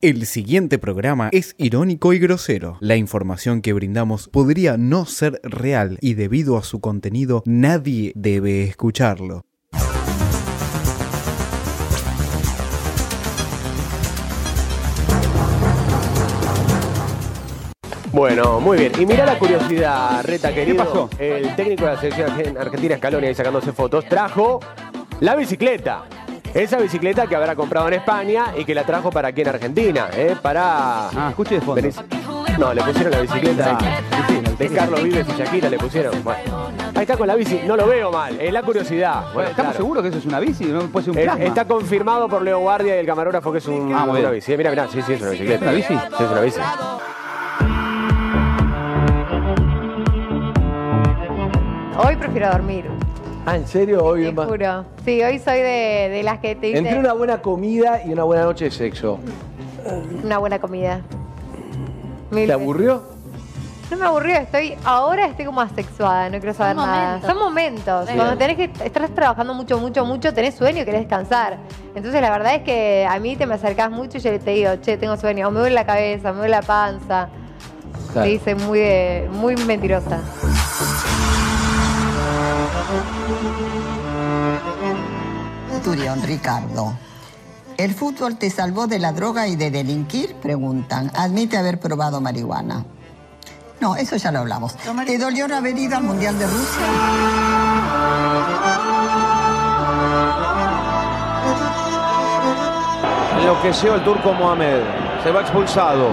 El siguiente programa es irónico y grosero. La información que brindamos podría no ser real y debido a su contenido nadie debe escucharlo. Bueno, muy bien. Y mirá la curiosidad, Reta querido. pasó? El técnico de la selección argen- argentina Scaloni ahí sacándose fotos trajo la bicicleta. Esa bicicleta que habrá comprado en España y que la trajo para aquí en Argentina, ¿eh? para Ah, escuche de fondo. Venís- No, le pusieron la bicicleta de Carlos Vives y Shakira, le pusieron. Bueno. Ahí está con la bici, no lo veo mal, es la curiosidad. Bueno, ¿Estamos claro. seguros que eso es una bici? ¿No puede ser un Eh, plasma? Está confirmado por Leo Guardia y el camarógrafo que es un, Ah, muy una bien. bici. Eh, Mira, mira, sí, sí, es una bicicleta. ¿Una bici? Sí, es una bici. Hoy prefiero dormir. Ah, ¿en serio? Hoy Te juro. Sí, hoy soy de, de las que te dicen Entre una buena comida y una buena noche de sexo. una buena comida. Mil ¿Te veces. aburrió? No me aburrió, estoy, ahora estoy como asexuada, no quiero saber nada. momentos. Son momentos. Sí. Cuando tenés que, estás trabajando mucho, mucho, mucho, tenés sueño y querés descansar. Entonces la verdad es que a mí te me acercás mucho y yo te digo, che, tengo sueño, o me duele la cabeza, me duele la panza. Claro. Te dice muy de, muy mentirosa. Turión Ricardo. ¿El fútbol te salvó de la droga y de delinquir? Preguntan. Admite haber probado marihuana. No, eso ya lo hablamos. ¿Te dolió no haber ido al Mundial de Rusia? Enloqueció el turco Mohamed. Se va expulsado.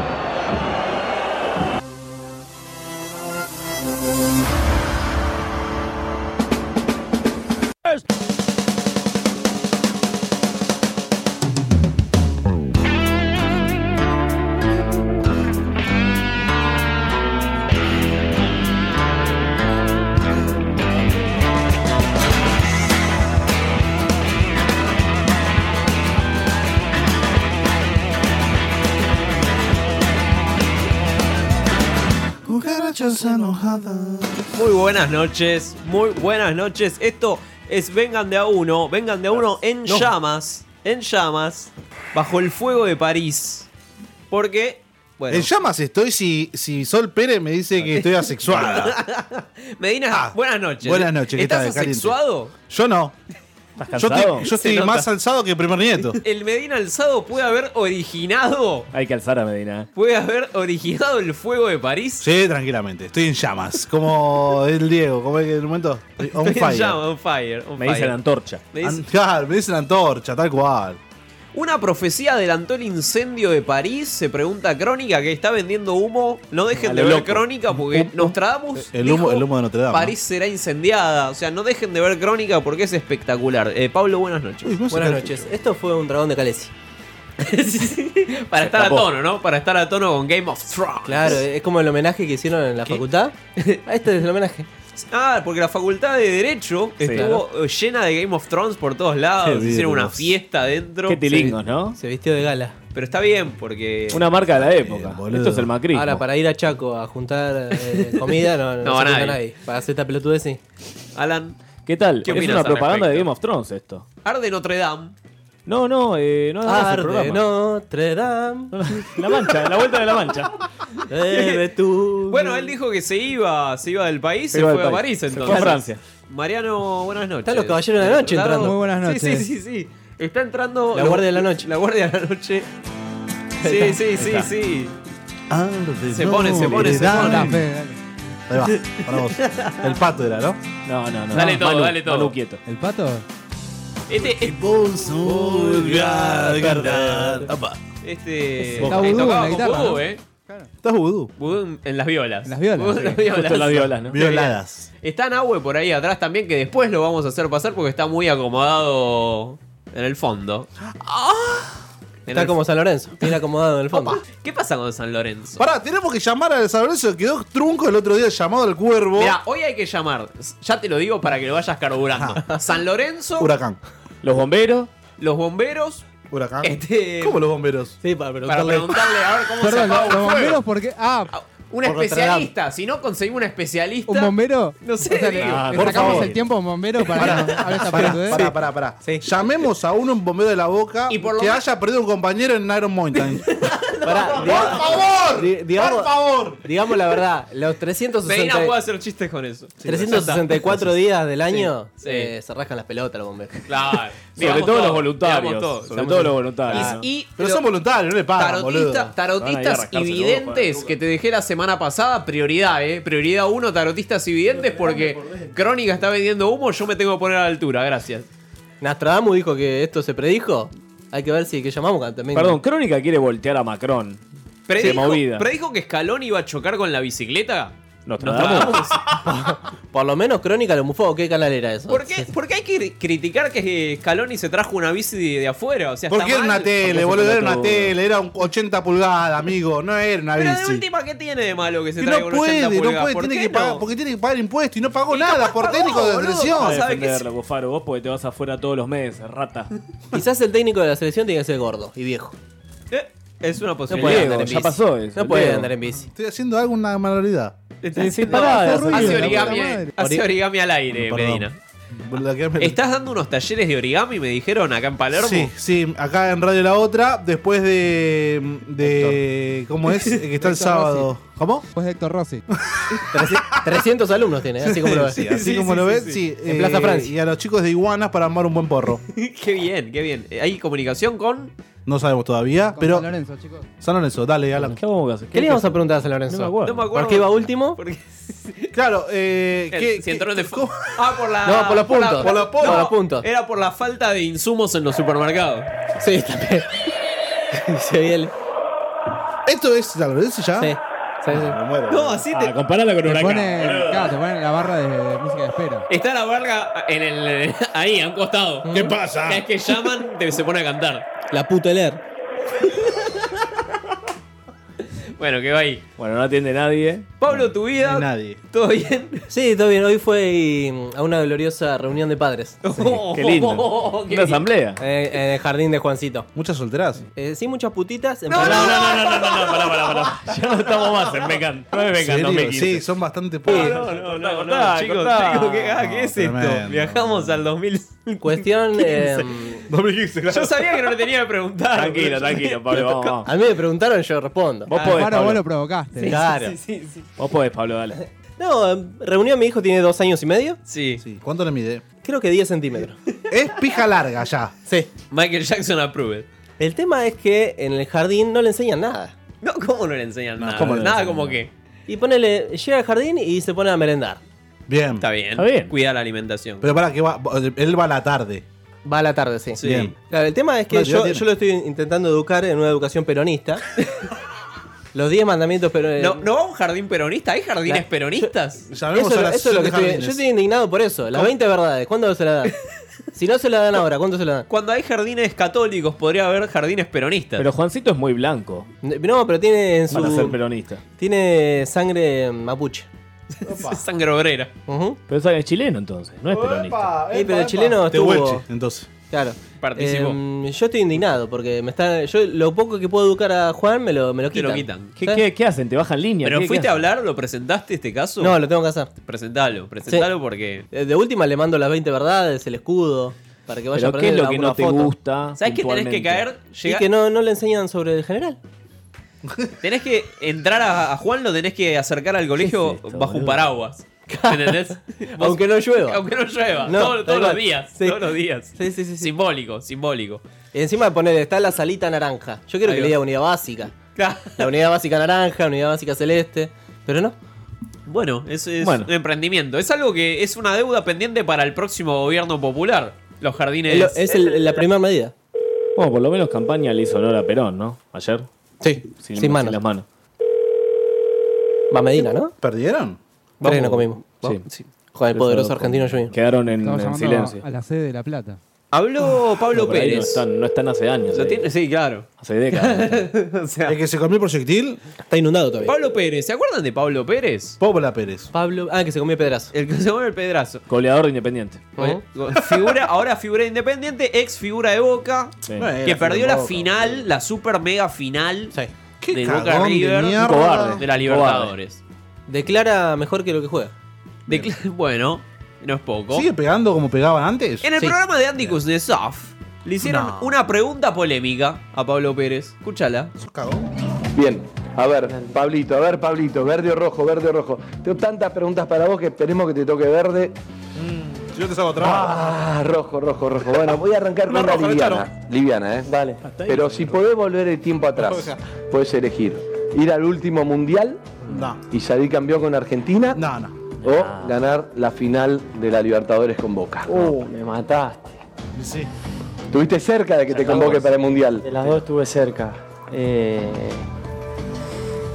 Muy buenas noches, muy buenas noches. Esto es Vengan de a uno, Vengan de a uno en llamas, en llamas, bajo el fuego de París. Porque, bueno, En llamas estoy si, si Sol Pérez me dice que estoy asexuada. Medina, Ah, buenas noches. buenas noches, ¿qué ¿Estás tal, caliente? asexuado? Yo no. Yo estoy, yo estoy Se más alzado que primer nieto. El Medina alzado puede haber originado, Hay que alzar a Medina. eh. puede haber originado el fuego de París. Sí, tranquilamente. Estoy en llamas. Como el Diego, como el momento. On Estoy en fire. llama, on fire, on Me fire. dicen antorcha. Me dicen- An- claro, me dicen antorcha, tal cual. Una profecía adelantó el incendio de París, se pregunta Crónica que está vendiendo humo. No dejen A de lo ver loco. Crónica porque Nostradamus El humo, dijo, el humo de Notre Dame. París será incendiada. O sea, no dejen de ver Crónica porque es espectacular. Eh, Pablo, buenas noches. Uy, no sé Buenas qué- noches. Esto fue un dragón de Calesi. Para estar a escapó. tono, ¿no? Para estar a tono con Game of Thrones. Claro, eh. es como el homenaje que hicieron en la ¿Qué? facultad. Ah, este es el homenaje. Ah, porque la facultad de Derecho estuvo eh, llena de Game of Thrones por todos lados. Qué Hicieron una virus. fiesta adentro. Qué tilingos, Sí. ¿no? Se vistió de gala. Pero está bien porque. Una marca de la época. boludo. Esto es el macrismo. Ahora, para ir a Chaco a juntar eh, comida, no, no, No, se nadie. junta nadie. Para hacer esta pelotudez, sí. Ah, Alan. ¿Qué tal? ¿Qué es opinas una al propaganda de respecto? Game of Thrones esto. Arde Notre Dame. No, no, eh, no hagamos el Arde programa. Notre Dame, La mancha, la vuelta de la mancha. bebe tú. Bueno, él dijo que se iba, se iba del país, se, iba del fue a país. París Se fue entonces. a Francia. Mariano, buenas noches. Están los caballeros de la noche entrando. Muy buenas Sí, noches. sí, sí, sí. Está entrando. La lo- guardia de la noche. La guardia de la noche. Sí, sí, sí, sí. Arde, Se pone, se pone, Notre se Dame. pone. Ahí va, para vos. El pato era, ¿no? No, no, no. Dale todo, Manu, dale todo. Manu quieto. ¿El pato? Este, este, Apa. este Está ahí vudú en tocaba la con guitarra, vudú, ¿no? eh. Estás vudú. Vudú en, en las violas. En las violas, Vudú en sí. las violas. Justo la viola, ¿no? Violadas. Está Nahue por ahí atrás también, que después lo vamos a hacer pasar porque está muy acomodado en el fondo. En Ah. Está el- como San Lorenzo, bien acomodado en el fondo. Opa, ¿Qué pasa con San Lorenzo? Pará, tenemos que llamar al San Lorenzo, quedó trunco el otro día llamado al cuervo. Mira, hoy hay que llamar, ya te lo digo para que lo vayas carburando. San Lorenzo, Huracán. Los bomberos. los bomberos, Huracán. Este- ¿Cómo los bomberos? Sí, para para preguntarle. preguntarle a ver cómo se Perdón, apaga los, un los fuego. bomberos, ¿por qué? Ah, Una Por Rotterdam. especialista. Si no conseguimos una especialista. ¿Un bombero? No sé, O sea, digo. le- Ah, le por sacamos favor. el tiempo a un bombero para, Pará, que hable esa pará, pelotudez. pará, pará, pará. Llamemos a uno un bombero de la boca por lo que más- haya perdido un compañero en Iron Mountain. Pará, ¡Por favor! Di- digamos- ¡Por favor! Digamos la verdad, los Medina puede 360, hacer chistes con eso. 364 días del año Sí. eh, se rascan las pelotas los bomberos. Claro. Sobre Digamos todo los todo, voluntarios. digamos todo, Sobre estamos todo en- los voluntarios. Y- y- Pero son voluntarios, no le pagan, boludo. Tarotista- tarotistas y eh, videntes que te dejé la semana pasada, prioridad, ¿eh? Prioridad uno, tarotistas y videntes, porque Crónica está vendiendo humo, yo me tengo que poner a la altura, gracias. Nostradamus dijo que esto se predijo. Hay que ver si que llamamos acá también. Perdón, Crónica quiere voltear a Macron. De ¿Predijo, movida. predijo que Scaloni iba a chocar con la bicicleta? Nostradamus. Por lo menos Crónica lo mufó. ¿Qué canal era eso? ¿Por qué, por qué hay que cri- criticar que Scaloni se trajo una bici de, de afuera? O sea, Porque está era una mal. tele, se boludo, era una pelotudo. tele, era un 80 pulgadas, amigo, no era una Pero de bici. última, ¿qué tiene de malo que se Que traiga no un 80 puede, no pulgadas? puede, ¿Por tiene qué que pagar, no? porque tiene que pagar impuestos y no pagó Y nada capaz por pagó, técnico de boludo, selección. capaz sabe que Defenderlo, Cufaro. Vos porque te vas afuera todos los meses, rata. Quizás el técnico de la selección tiene que ser gordo y viejo. Eh, Es una No posibilidad. puede Diego, andar en ya bici. pasó eso, No puede Diego. andar en bici. Estoy haciendo alguna manualidad. Sí, sí, está pará, Hace Ay, la origami, puta madre. Hace Ori- origami al aire, Perdón. Eh, Medina. Bloquearme- ¿Estás dando unos talleres de origami, me dijeron, acá en Palermo? Sí, sí, acá en Radio La Otra, después de. de ¿Cómo es? Que está Héctor el sábado. ¿Cómo? Después de Héctor Rossi. 300 alumnos tiene, así como lo ves. Sí, así como lo ves, sí. eh, En Plaza Francia. Y a los chicos de Iguanas para armar un buen porro. qué bien, qué bien. ¿Hay comunicación con...? No sabemos todavía, Con pero. San Lorenzo, chicos. San Lorenzo, dale, Alan. ¿Qué vamos a hacer? ¿Qué le íbamos a preguntar a San Lorenzo? No me acuerdo. No me acuerdo. ¿Por qué iba último? Porque- Claro, eh. El- ¿qué- si qué- entró de cómo- fo- Ah, por la. No, por los puntos. Por los puntos. Por los puntos. Era por la falta de insumos en los supermercados. Sí, también. Se veía el- ¿Esto es San Lorenzo Ah. ya? Sí. sí, sí. Me muero. No, así te. Ah, comparala con Te Huracán. ponen, boludo. claro, te ponen la barra de, de música de espera. Está la verga en el. ahí, a un costado. ¿Qué pasa? Cada vez que llaman, te, se pone a cantar. La puta leer. Bueno, que va ahí. Bueno, no atiende nadie. Pablo, tu vida. Nadie. ¿Todo bien? Sí, todo bien. Hoy fue mm, a una gloriosa reunión de padres. Qué lindo. qué Una asamblea. Eh, en el jardín de Juancito. Muchas solteras. Eh, sí, muchas putitas. No, empanadas. no, no, no, no, no, no, pará, pará, pará. Ya no estamos más en Mecan. No me Mecan, no me Sí, son bastante pobres. No, no, No, no, no, no, chicos, cortá. chicos, ¿qué, ah, ¿qué es esto? Tremendo. Viajamos al 2000. Cuestión. eh, Yo sabía que no le tenía que preguntar. Tranquilo, tranquilo, Pablo, vamos, vamos. a mí me preguntaron, yo respondo. Vos Claro, podés, Ah, vos lo Pablo. provocaste. claro. Vos podés, Pablo, dale. No, eh, reunión mi hijo tiene dos años y medio. Sí. Sí, ¿cuánto le mide? Creo que 10 centímetros. Es pija larga ya. Sí. Michael Jackson approved. El tema es que en el jardín no le enseñan nada. No, ¿cómo no le enseñan nada? ¿cómo no le nada enseñan como nada? que. Y ponele, llega al jardín y se pone a merendar. Bien. Está bien. Está bien. Cuida la alimentación. Pero para que va, él va a la tarde. Va a la tarde, sí. Sí. Bien. Claro, el tema es que No, ya yo, tiene. yo lo estoy intentando educar en una educación peronista. Los 10 mandamientos eh, ¿No, peronistas. ¿No va a un jardín peronista? ¿Hay jardines La- peronistas? Llamemos eso, a la eso es lo que estoy, yo estoy indignado por eso. Las 20 verdades, ¿cuándo se la dan? Si no se la dan ahora, ¿cuándo se la dan? Cuando hay jardines católicos, podría haber jardines peronistas. Pero Juancito es muy blanco No, pero tiene en para ser su. peronista. Tiene sangre mapuche. Es sangre obrera. Ujú. Pero eso es chileno entonces, no es peronista. Ey, pero el chileno Te estuvo. huelche, entonces. Claro. Participó. Em, yo estoy indignado porque me está. Yo lo poco que puedo educar a Juan me lo, me lo Te quitan. lo quitan. ¿Qué, ¿Sí? qué, qué hacen? ¿Te bajan línea? ¿Pero ¿Qué- fuiste qué a hacen? hablar? ¿Lo presentaste este caso? No, lo tengo que hacer. Presentalo, presentalo porque. Eh, De última le mando las 20 verdades, el escudo, para que vaya ¿Pero qué es aprendiendo lo que alguna no te foto. gusta? ¿Sabes que tenés que puntualmente? caer? Y Llega- que no, no le enseñan sobre el general. Tenés que entrar a, a Juan, lo tenés que acercar al colegio esto, bajo un boludo? paraguas. ¿Entendés? Vos- Aunque no llueva. Aunque no llueva. No, Todo- tal todos los cual. días. Sí. Todos los días. Sí, sí, sí, sí. Simbólico, simbólico. Encima de poner, está la salita naranja. Yo quiero Ahí que va. le diga unidad básica. La unidad básica naranja, unidad básica celeste. Pero no. Bueno, es, es Bueno. un emprendimiento. Es algo que es una deuda pendiente para el próximo gobierno popular. Los jardines. Es, lo- es el- la primera medida. Bueno, por lo menos campaña le hizo honor a Perón, ¿no? Ayer. Sí, sin, manos. las manos. Va Medina, ¿no? ¿Perdieron? Tres no comimos. Sí. Con el poderoso Eso, argentino con- Junior. Quedaron en, Estamos en llamando silencio. a la sede de La Plata. Habló Pablo No, por ahí Pérez. No están, no están hace años. Ah. eh. Lo ahí. tiene- sí, claro. Hace décadas. O sea, El que se comió el proyectil, Está inundado todavía. Pablo Pérez, ¿se acuerdan de Pablo Pérez? Pobla Pérez. Pablo. Ah, que se comió el pedazo. El que se mueve el pedrazo. Goleador de independiente. Ujú. Figura, ahora figura de independiente, ex figura de Boca, Sí. Bueno, que era perdió la Boca, final, la super mega final Sí. de cagón Boca de River mierda. Cobarde. de la Libertadores. Declara mejor que lo que juega. Decla- bueno, no es poco. ¿Sigue pegando como pegaban antes? En el programa de Andy Kuznetsov le hicieron No. una pregunta polémica a Pablo Pérez. Escúchala. Bien, a ver, Pablito, a ver, Pablito, verde o rojo, verde o rojo. Tengo tantas preguntas para vos que esperemos que te toque verde. Yo te saco Ah, rojo, rojo, rojo. Bueno, voy a arrancar con una rojo, lo liviana. Liviana, ¿eh? Vale. Pero si podés volver el tiempo atrás, podés elegir ir al último mundial No. y salir campeón con Argentina. No, no. O ganar la final de la Libertadores con Boca. Oh, Uh, me mataste. Sí. Estuviste cerca de que te convoque para el mundial. De las dos estuve cerca. Eh,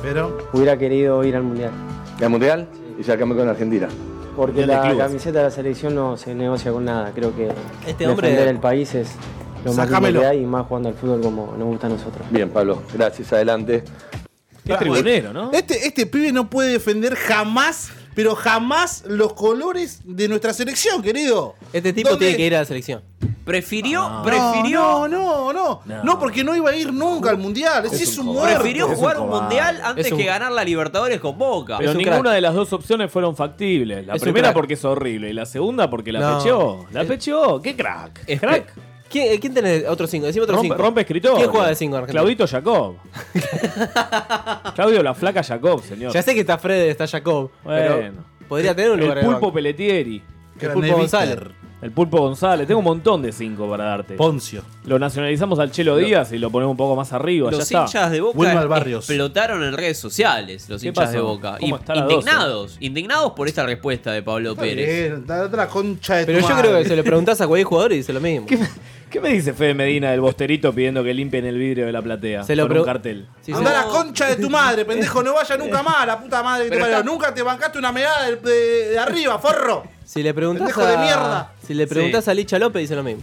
Pero. hubiera querido ir al mundial. ¿El mundial? Y ser campeón con Argentina. Porque Mundial de la clubes. camiseta de la selección no se negocia con nada. Creo que Este hombre- defender el país es lo más lindo Sacámelo. que hay y más jugando al fútbol como nos gusta a nosotros. Bien, Pablo. Gracias, adelante. Pará, Este, este pibe no puede defender jamás, pero jamás los colores de nuestra selección, querido. Este tipo ¿Dónde- tiene que ir a la selección. Prefirió, No, prefirió. No, no, no, no. porque no iba a ir nunca al mundial. Ese es, un muerto. Prefirió jugar un, mundial antes Es un- que ganar la Libertadores con Boca. Pero ninguna de las dos opciones fueron factibles. La Es un primera crack. porque es horrible y la segunda porque la No. pecheó. La pecheó. ¡Qué crack! Es crack. ¿Quién, eh, quién tenés otro 5? Decime otro Rompe, 5. rompe escritor. ¿Quién juega de 5 en Argentina? Claudito Jacob. Claudio la flaca Jacob, señor. Ya sé que está Fred, está Jacob. Bueno. Pero podría tener un lugar El en el pulpo banco. Pelletieri. El Gran pulpo Evister. González. El pulpo González. Tengo un montón de cinco para darte. Poncio. Lo nacionalizamos al Chelo Díaz y lo ponemos un poco más arriba. Los ya hinchas está. de Boca explotaron en redes sociales, los ¿Qué hinchas pasó? de Boca. ¿Cómo Y- está la indignados, indignados por esta respuesta de Pablo Está Pérez. bien, está de la concha de Pero tu yo madre. creo que se lo preguntás a cualquier jugador y dice lo mismo. ¿Qué me dice Fede Medina del bosterito pidiendo que limpien el vidrio de la platea? Se lo con un pregu- cartel. Anda a la concha de tu madre, pendejo. No vaya nunca más a la puta madre que te Eh. Pero parió. está- Nunca te bancaste una meada de, de- de arriba, forro. Si le preguntás Pendejo a... de mierda. Si le preguntás a Licha López, dice lo mismo.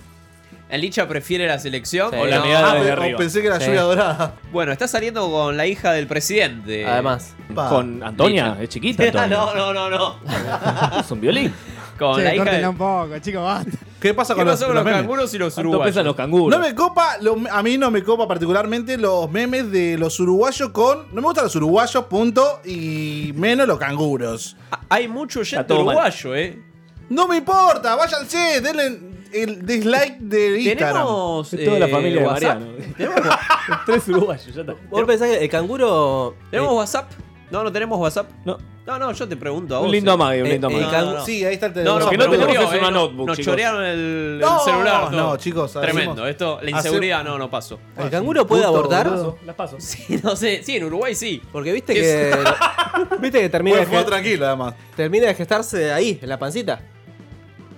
¿El Licha prefiere la selección Sí. o la No. mirada Ah, desde pe- o arriba? pensé que era Sí. lluvia dorada. Bueno, está saliendo con la hija del Eh. presidente. Además. Pa. Con Antonia, es chiquita Antonia. no, no, no, no. Es un violín. Con Che, la hija córtenla del... un poco, chicos, basta. ¿Qué pasa con ¿Qué los- pasó con los los memes? canguros y los ¿Cuánto uruguayos? pesan los canguros? No me copa, lo- a mí no me copa particularmente los memes de los uruguayos con. No me gustan los uruguayos, punto. Y menos los canguros. Ah, Hay mucho oyente todo mal. uruguayo, ¿eh? No me importa, váyanse, denle el dislike de Instagram. Tenemos, Es toda la eh, familia de WhatsApp. Mariano. Tres uruguayos, ya está. ¿Vos pensás que el canguro... eh, ¿Tenemos WhatsApp? No, no tenemos WhatsApp. No. No, yo te pregunto a Un vos. lindo eh. amague, un Eh, lindo eh, amague. Cagu- Sí, ahí está el No, teléfono. no, Lo que pero no tenemos murió, es una eh, notebook, Nos chicos. chorearon el, el No, celular. no, todo. chicos, hacemos- Tremendo. Esto, la hace- inseguridad, no, no pasó. ¿El canguro puede Puto abordar? boludo. Sí, no sé. Sí, en Uruguay sí. Porque viste Es- que... viste que termina Puede de... jugar ge- tranquilo, además. Termina de gestarse ahí, en la pancita.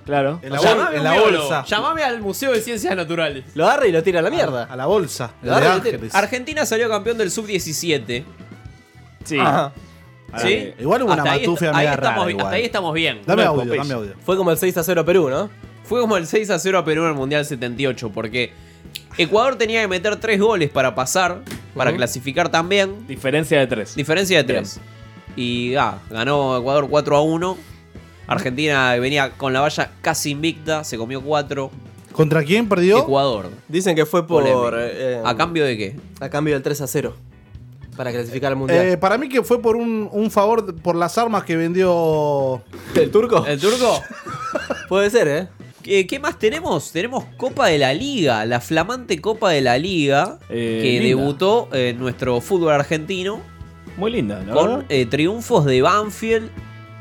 Claro. En la, Llamame a bol- un en la biólogo. bolsa. Llamame al Museo de Ciencias Naturales. Lo agarra y lo tira a la mierda. A la bolsa. Lo agarra y lo tira. Argentina salió campeón del sub-17. Sí. Ajá. ¿Sí? Ah, eh, Igual hubo Hasta una ahí matufia está- ahí media estamos rara bien, igual. Hasta ahí estamos bien. Dame No es audio, Popeye. dame audio. Fue como el 6 a 0 a Perú, ¿no? Fue como el 6 a 0 a Perú en el Mundial 78, porque Ecuador tenía que meter 3 goles para pasar, para Ujú. clasificar también. Diferencia de 3. Diferencia de 3. Y ah, ganó Ecuador 4 a 1. Argentina venía con la valla casi invicta, se comió 4. ¿Contra quién perdió? Eh, Ecuador. Dicen que fue por... Polémico. eh, ¿A cambio de qué? A cambio del 3 a 0. Para clasificar al mundial. Eh, para mí que fue por un, un favor de- por las armas que vendió. ¿El turco? ¿El turco? Puede ser, ¿eh? ¿Qué, qué más tenemos? Tenemos Copa de la Liga, la flamante Copa de la Liga Eh, que linda. debutó en nuestro fútbol argentino Muy linda, la con verdad. eh, triunfos de Banfield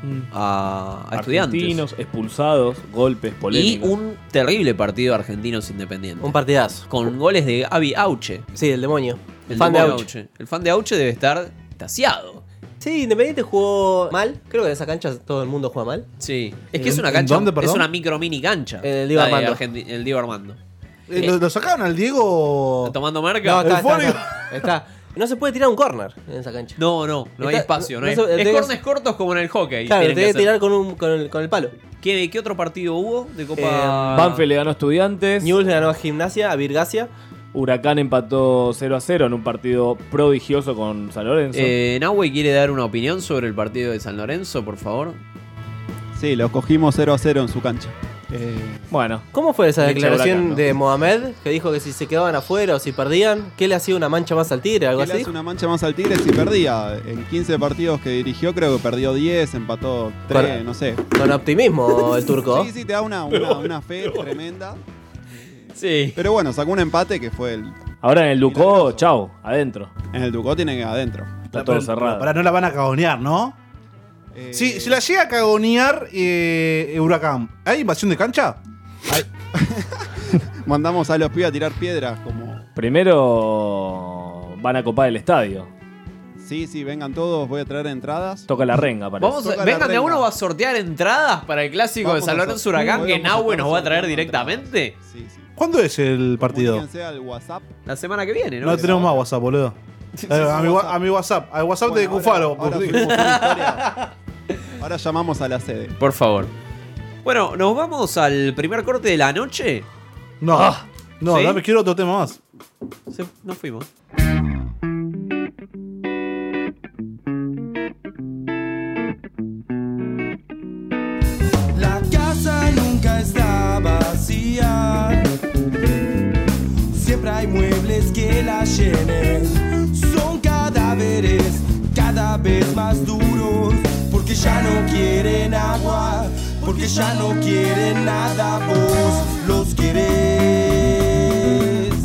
Mm. a, a estudiantes. Argentinos, expulsados, golpes, Y polémicos. un terrible partido de Argentinos Independiente. Un partidazo. Con goles de Avi Auche. Sí, el demonio. El Fan de demonio Auche. El fan de Auche debe estar taseado. Sí, Independiente jugó mal. Creo que en esa cancha todo el mundo juega mal. Sí. Es ¿En- que es una en cancha. dónde, es perdón? una micro mini cancha. El Diego La de Armando. Argenti- el Diego Armando. Eh, lo, lo sacaron al Diego. Tomando No, marca. está, está, Euforio. está, está. No se puede tirar un corner en esa cancha. No, no, no hay Está- espacio. No no hay, se- es tenés- corners cortos como en el hockey. Claro, tienen te debe que hacer. tirar con, un, con, el, con el palo. ¿Qué, qué otro partido hubo de Copa? Eh, Banfield le ganó a Estudiantes. Newell's le ganó a Gimnasia, a Virgacia. Huracán empató 0 a 0 en un partido prodigioso con San Lorenzo. Eh, Nahue quiere dar una opinión sobre el partido de San Lorenzo, por favor. Sí, los cogimos 0 a 0 en su cancha. Bueno. ¿Cómo fue esa Hincha declaración Huracán, ¿no? de Mohamed que dijo que si se quedaban afuera o si perdían, que le hacía una mancha más al tigre, algo Él así? hace una mancha más al Tigre si perdía. En 15 partidos que dirigió, creo que perdió 10, empató 3, Para- no sé. Con optimismo el turco. Sí, sí, te da una, una, una fe tremenda. Sí. Pero bueno, sacó un empate que fue el. Ahora en el Ducó, chau, adentro. En el Ducó tiene que adentro. Está todo cerrado. Para no la van a cagonear, ¿no? Eh, Si, si la llega a cagonear eh, eh, Huracán, ¿hay invasión de cancha? Mandamos a los pibes a tirar piedras como. Primero van a copar el estadio. Sí, sí, vengan todos, voy a traer entradas. Toca la renga, parece. Vamos a- vengan de a uno va a sortear entradas para el clásico de San Lorenzo Huracán que Nahue nos va a traer directamente. ¿Cuándo es el partido? Comuníquense al WhatsApp. La semana que viene, ¿no? No tenemos más WhatsApp, boludo. Sí, sí, Eh, A sí, mi, WhatsApp. wa- a mi WhatsApp, al WhatsApp de Cufaro. porque- Ahora, subimos una historia. Ahora llamamos a la sede. Por favor. Bueno, nos vamos al primer corte de la noche. No, Ah. no, ¿Sí? dame, quiero otro tema más. Se- nos fuimos. La casa nunca está vacía. Siempre hay muebles que la llenen. Son cadáveres cada vez más duros. Porque ya no quieren agua. Porque ya no quieren nada. Vos los querés.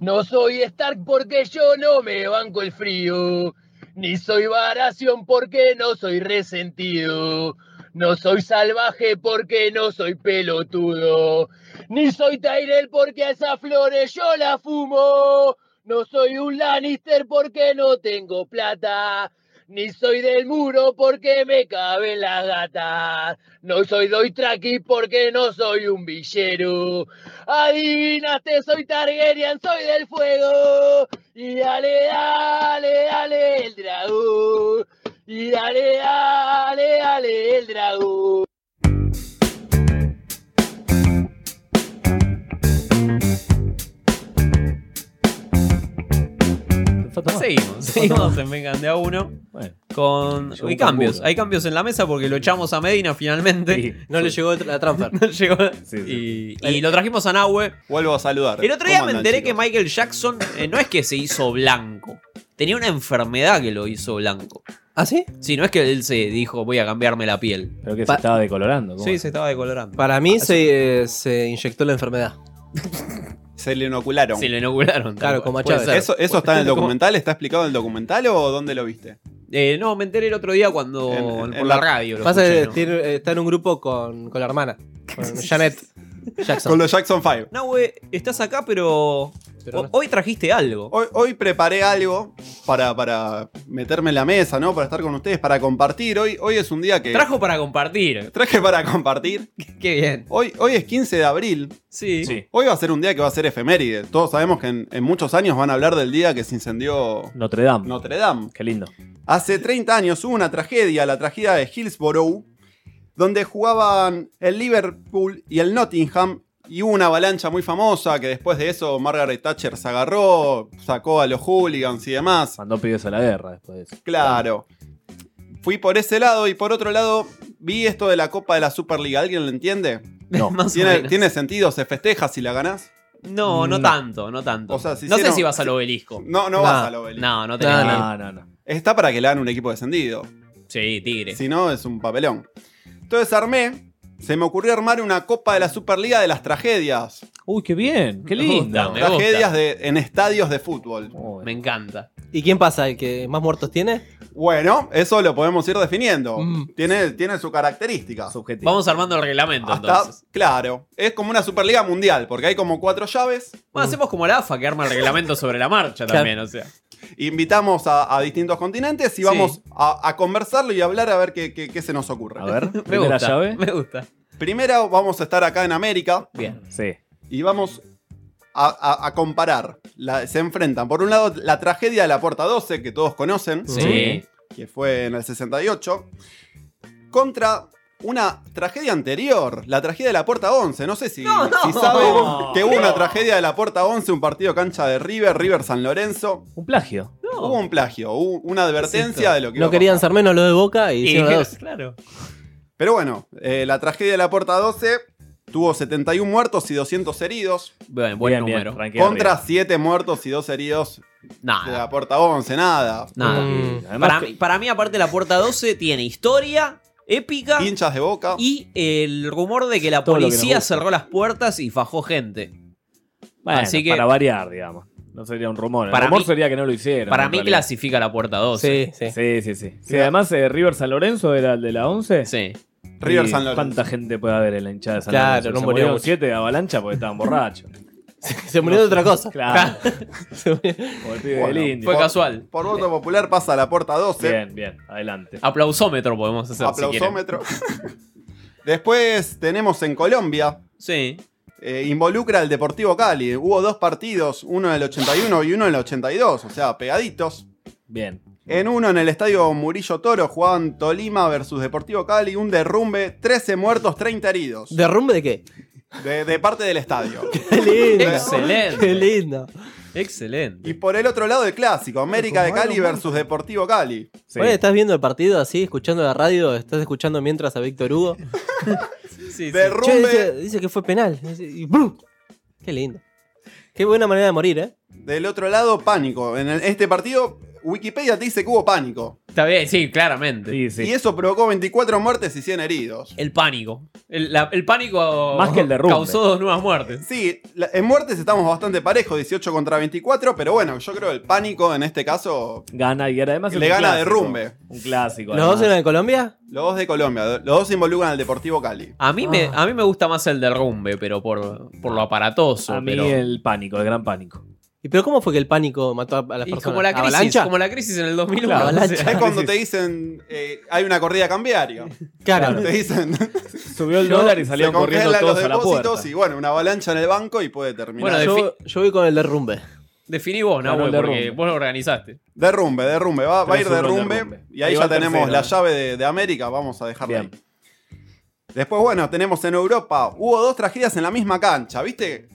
No soy Stark porque yo no me banco el frío. Ni soy Varación porque no soy resentido. No soy salvaje porque no soy pelotudo. Ni soy Tyrell porque a esas flores yo la fumo. No soy un Lannister porque no tengo plata. Ni soy del muro porque me caben las gatas. No soy Doitraki porque no soy un villero. Adivinaste, soy Targaryen, soy del fuego. Y dale, dale, dale el dragón. Y dale, dale, dale el dragón. Seguimos, seguimos en Vengan de a uno. Con... Llegó Hay un cambios, canguro. hay cambios en la mesa porque lo echamos a Medina finalmente. No le llegó la transfer. No llegó. Y, y lo trajimos a Nahue. Vuelvo a saludar. El otro día ¿Cómo me andan, enteré chicos? que Michael Jackson eh, no es que se hizo blanco. Tenía una enfermedad que lo hizo blanco. ¿Ah, sí? Sí, no es que él se dijo voy a cambiarme la piel. Creo que Pa- se estaba decolorando. ¿cómo? Sí, se estaba decolorando. Para mí se, eh, se inyectó la enfermedad. Se le inocularon. Se le inocularon. Claro, como a Puede Chávez. ser. ¿Eso, eso está en el Como- documental? ¿Está explicado en el documental o dónde lo viste? Eh, no, me enteré el otro día cuando. por la, radio. Lo Pasa escuché, que ¿no? tiene- eh, está en un grupo con, con la hermana, con Janet Jackson. Con los Jackson 5. Nahue, estás acá, pero. ho- Hoy trajiste algo. Hoy, hoy preparé algo para, para meterme en la mesa, ¿no? Para estar con ustedes, para compartir. Hoy, hoy es un día que. Trajo para compartir. Traje para compartir. Qué bien. Hoy, hoy es 15 de abril. Sí. Hoy va a ser un día que va a ser efeméride. Todos sabemos que en, en muchos años van a hablar del día que se incendió Notre Dame. Notre Dame. Qué lindo. Hace 30 años hubo una tragedia, la tragedia de Hillsborough, donde jugaban el Liverpool y el Nottingham. Y hubo una avalancha muy famosa que después de eso Margaret Thatcher se agarró, sacó a los hooligans y demás. Mandó pibes a la guerra después de eso. Claro. Fui por ese lado y por otro lado vi esto de la Copa de la Superliga. ¿Alguien lo entiende? No. Más o ¿Tiene, menos. tiene sentido? ¿Se festeja si la ganás? No, no Mm. tanto, no tanto. O sea, si no sé hicieron- si vas al obelisco. No, no vas al obelisco. No, no tenés que ir. Ah, Está para que le hagan un equipo descendido. Sí, Tigre. Si no, es un papelón. Entonces armé, se me ocurrió armar una Copa de la Superliga de las Tragedias. Uy, qué bien, qué Me lindo. gusta, me Tragedias de- en estadios de fútbol. Me encanta. ¿Y quién pasa? ¿El que más muertos tiene? Bueno, eso lo podemos ir definiendo. Tiene, tiene su característica. Vamos armando el reglamento Hasta- entonces. claro, es como una Superliga Mundial, porque hay como cuatro llaves. Bueno, hacemos como la AFA que arma el reglamento sobre la marcha también, o sea. Invitamos a, a distintos continentes y vamos a, a conversarlo y hablar a ver qué, qué- qué se nos ocurre. A ver, Me primera gusta, llave. me gusta. Primero vamos a estar acá en América. Bien. Sí. Y vamos a, a- a comparar. La- se enfrentan, por un lado, la tragedia de la Puerta 12, que todos conocen. Sí. Que fue en el 68. Contra una tragedia anterior, la tragedia de la Puerta 11. No sé si, no. si saben No. que hubo una tragedia de la Puerta 11, un partido cancha de River, River San Lorenzo. Un plagio. Hubo un plagio, hubo una advertencia de lo que iba No a querían ser menos lo de Boca y Y hicieron la dijeron, dos. Claro. pero bueno, eh, la tragedia de la puerta 12 Tuvo 71 muertos y 200 heridos. Bien, buen Bien, bien, número. tranquilo, Contra arriba. 7 muertos y 2 heridos. Nada. De la puerta 11, nada. Nada. Mm. para, mí- para mí, aparte, la puerta 12 tiene historia épica. Hinchas de boca. Y el rumor de que la Todo lo que nos policía gusta. cerró las puertas y fajó gente. Bueno, Así que- para variar, digamos. No sería un rumor. El Para rumor mí- sería que no lo hicieron. Para en mí realidad. clasifica la puerta 12. Sí, sí, sí. Sí, además eh, River San Lorenzo era el de la 11. Sí. River San Lorenzo. ¿Cuánta gente puede haber en la hinchada de San Claro, Lorenzo? no Se murió murieron mucho. 7 de avalancha porque estaban borrachos. Se murió de otra cosa. Claro. Como el pibe del Indio. Fue casual. Por voto popular pasa a la puerta 12. Bien, bien, adelante. Ah, Aplausómetro podemos hacer. si quieren. Aplausómetro. Después tenemos en Colombia. eh, Sí. involucra al Deportivo Cali. Hubo dos partidos, uno en el 81 y uno en el 82, o sea, pegaditos. Bien. En uno en el estadio Murillo Toro jugaban Tolima versus Deportivo Cali, un derrumbe, 13 muertos, 30 heridos. ¿Derrumbe de qué? De, de parte del estadio. Qué lindo. Excelente. Qué lindo. Excelente. Y por el otro lado, el clásico, América de Cali versus Deportivo Cali. Bueno, estás viendo el partido así, escuchando la radio, estás escuchando mientras a Víctor Hugo. Derrumbe. Che, dice, dice que fue penal. Y ¡brum! Qué lindo. Qué buena manera de morir, ¿eh? Del otro lado, pánico. En el- este partido, Wikipedia te dice que hubo pánico. Está bien, sí, claramente. Y eso provocó 24 muertes y 100 heridos. El pánico. El, la- el pánico Más que el derrumbe. causó dos nuevas muertes. Sí, la- en muertes estamos bastante parejos, 18 contra 24, pero bueno, yo creo el pánico en este caso Gana y además es le un gana clásico. derrumbe. Un clásico. ¿Los dos eran de Colombia? Los dos de Colombia, los dos involucran al Deportivo Cali. A mí, Ah. me, a mí me gusta más el derrumbe, pero por, por lo aparatoso. A mí pero- el pánico, el gran pánico. ¿Y pero cómo fue que el pánico mató a a las Y personas? como la crisis, ¿Avalancha? como la crisis en el 2001. Claro, avalancha. Es cuando te dicen eh, hay una corrida cambiaria. Claro. Te dicen. Subió el dólar y salieron se congelan corriendo todos los a la depósitos puerta. Y bueno, una avalancha en el banco y puede terminar. yo, yo voy con el derrumbe. Definí vos, Ganó Nahue, el porque derrumbe. vos lo organizaste. Derrumbe, derrumbe. Va, va a ir 3-1 derrumbe. derrumbe. Y ahí, Ahí va ya el tenemos tercero, la eh. llave de, de América. Vamos a dejarla ahí. Después, bueno, tenemos en Europa. Hubo dos tragedias en la misma cancha, ¿viste?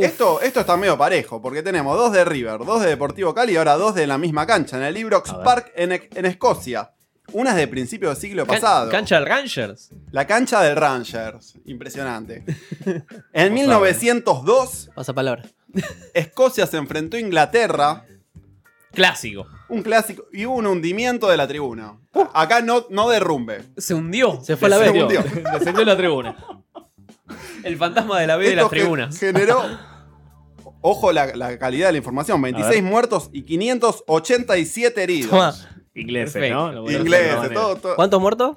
Esto, esto está medio parejo, porque tenemos dos de River, dos de Deportivo Cali y ahora dos de la misma cancha, en el Ibrox Park en, en Escocia. Una es de principio del siglo Can- pasado. Cancha del Rangers. La cancha del Rangers. Impresionante. En 1902, Pasa palabra. Escocia se enfrentó a Inglaterra. Clásico. Un clásico. Y hubo un hundimiento de la tribuna. Uh. Acá no, no derrumbe. Se hundió. Se fue a la Se vez. hundió. Descendió la tribuna. El fantasma de la B de Esto las ge- tribunas. Generó. Ojo la, la calidad de la información: 26 muertos y 587 heridos. Toma. Ingleses, Perfecto. ¿no? Lo voy a decir de otra Ingleses, manera. todo, todo. ¿Cuántos muertos?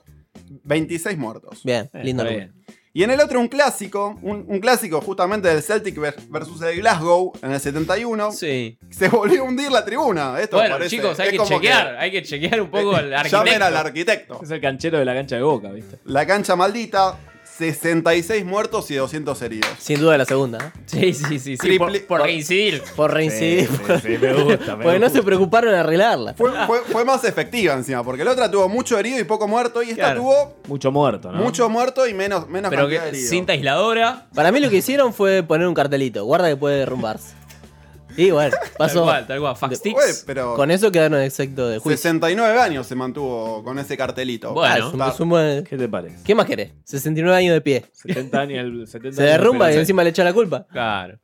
26 muertos. Bien, Eh, lindo. está derrumbe. Y en el otro, un clásico, un, un clásico justamente del Celtic ver- versus el Glasgow en el 71. Sí. Se volvió a hundir la tribuna. Esto Bueno, parece- chicos, hay es que como chequear. Hay que chequear un poco al arquitecto. Llamen al arquitecto. Es el canchero de la cancha de Boca, ¿viste? La cancha maldita, 66 muertos y 200 heridos. Sin duda la segunda. ¿eh? Sí, sí, sí. sí por, por reincidir. Por reincidir. Sí, por- sí, sí, me gusta, me porque no gusta. se preocuparon en arreglarla. Fue, fue- fue más efectiva encima, porque la otra tuvo mucho herido y poco muerto, y esta Claro. tuvo Mucho muerto, ¿no? mucho muerto y menos, menos cantidad de heridos. aisladora. Para mí lo que hicieron fue poner un cartelito. Guarda que puede derrumbarse. Y bueno, pasó. Tal cual, tal cual. Fax De- Ué, pero Con eso quedaron excepto de juicio. 69 años se mantuvo con ese cartelito. Ah, es un- es un buen- ¿Qué te parece? ¿Qué más querés? 69 años de pie. 70 años, el 70 Se derrumba y años, encima le echa la culpa. Claro.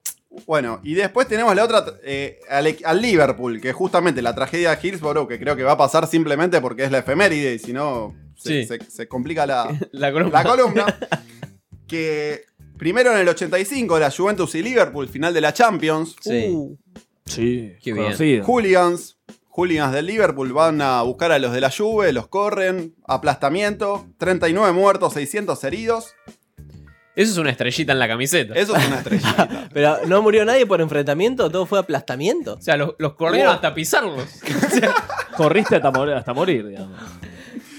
Bueno, y después tenemos la otra, eh, al, al Liverpool, que justamente la tragedia de Hillsborough, que creo que va a pasar simplemente porque es la efeméride, y si no, se, Sí. se- se complica la, La columna. columna. que primero en el 85, la Juventus y Liverpool, final de la Champions. Sí. Uh, Sí, Qué bien. conocido. Hooligans, hooligans del Liverpool van a buscar a los de la Juve, los corren, aplastamiento, 39 muertos, 600 heridos. Eso es una estrellita en la camiseta. Eso es una estrella. Pero no murió nadie por enfrentamiento, todo fue aplastamiento. O sea, los, corrieron hasta pisarlos. Corriste hasta morir, hasta morir, digamos.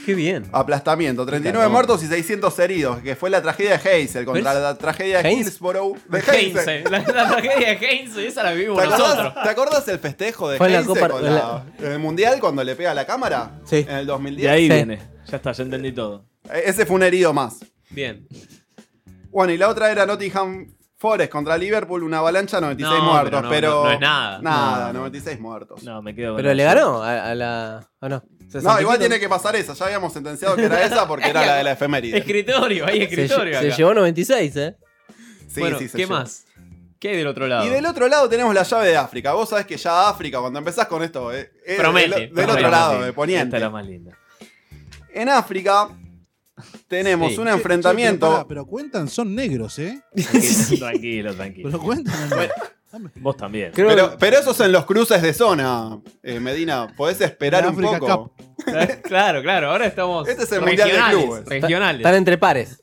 Qué bien. Aplastamiento, 39 Cagón. muertos y 600 heridos, que fue la tragedia de Heysel contra ¿Ves? la tragedia de Heinz. Hillsborough. De Heysel. Heinze. La, la tragedia de Heinze, esa la vivimos ¿Te nosotros. acordás, te acordás el festejo de Fue en la Heysel Copa- con en la- la- en el Mundial cuando le pega a la cámara? Sí. En el 2010. De ahí viene. Ya está, ya entendí todo. E- Ese fue un herido más. Bien. Bueno, y la otra era Nottingham Forest contra Liverpool, una avalancha, 96 No, muertos. pero Pero no, no- no es nada. Nada, No, no. 96 muertos. No, me quedo Pero le ganó a, a la. ¿O no? No, igual tiene que pasar esa. Ya habíamos sentenciado que era esa porque era la de la efeméride. Escritorio, Se, hay lle- escritorio. se acá. llevó 96, ¿eh? Sí, bueno, sí, se ¿qué lleva. más? ¿Qué hay del otro lado? Y del otro lado tenemos la llave de África. Vos sabés que ya África, cuando empezás con esto, eh, eh, Promete, del, del promete. este otro lado, de Esta Poniente. es la más linda. En África tenemos Sí. un Che, che, enfrentamiento. Pero, pará, pero cuentan, son negros, ¿eh? Tranquilo, tranquilo. Pero cuentan. Vos también. pero, pero eso es en los cruces de zona, eh, Medina. Podés esperar La un África poco. Claro, claro, ahora estamos. Este es el Mundial de regionales, Clubes. Regionales. Están entre pares.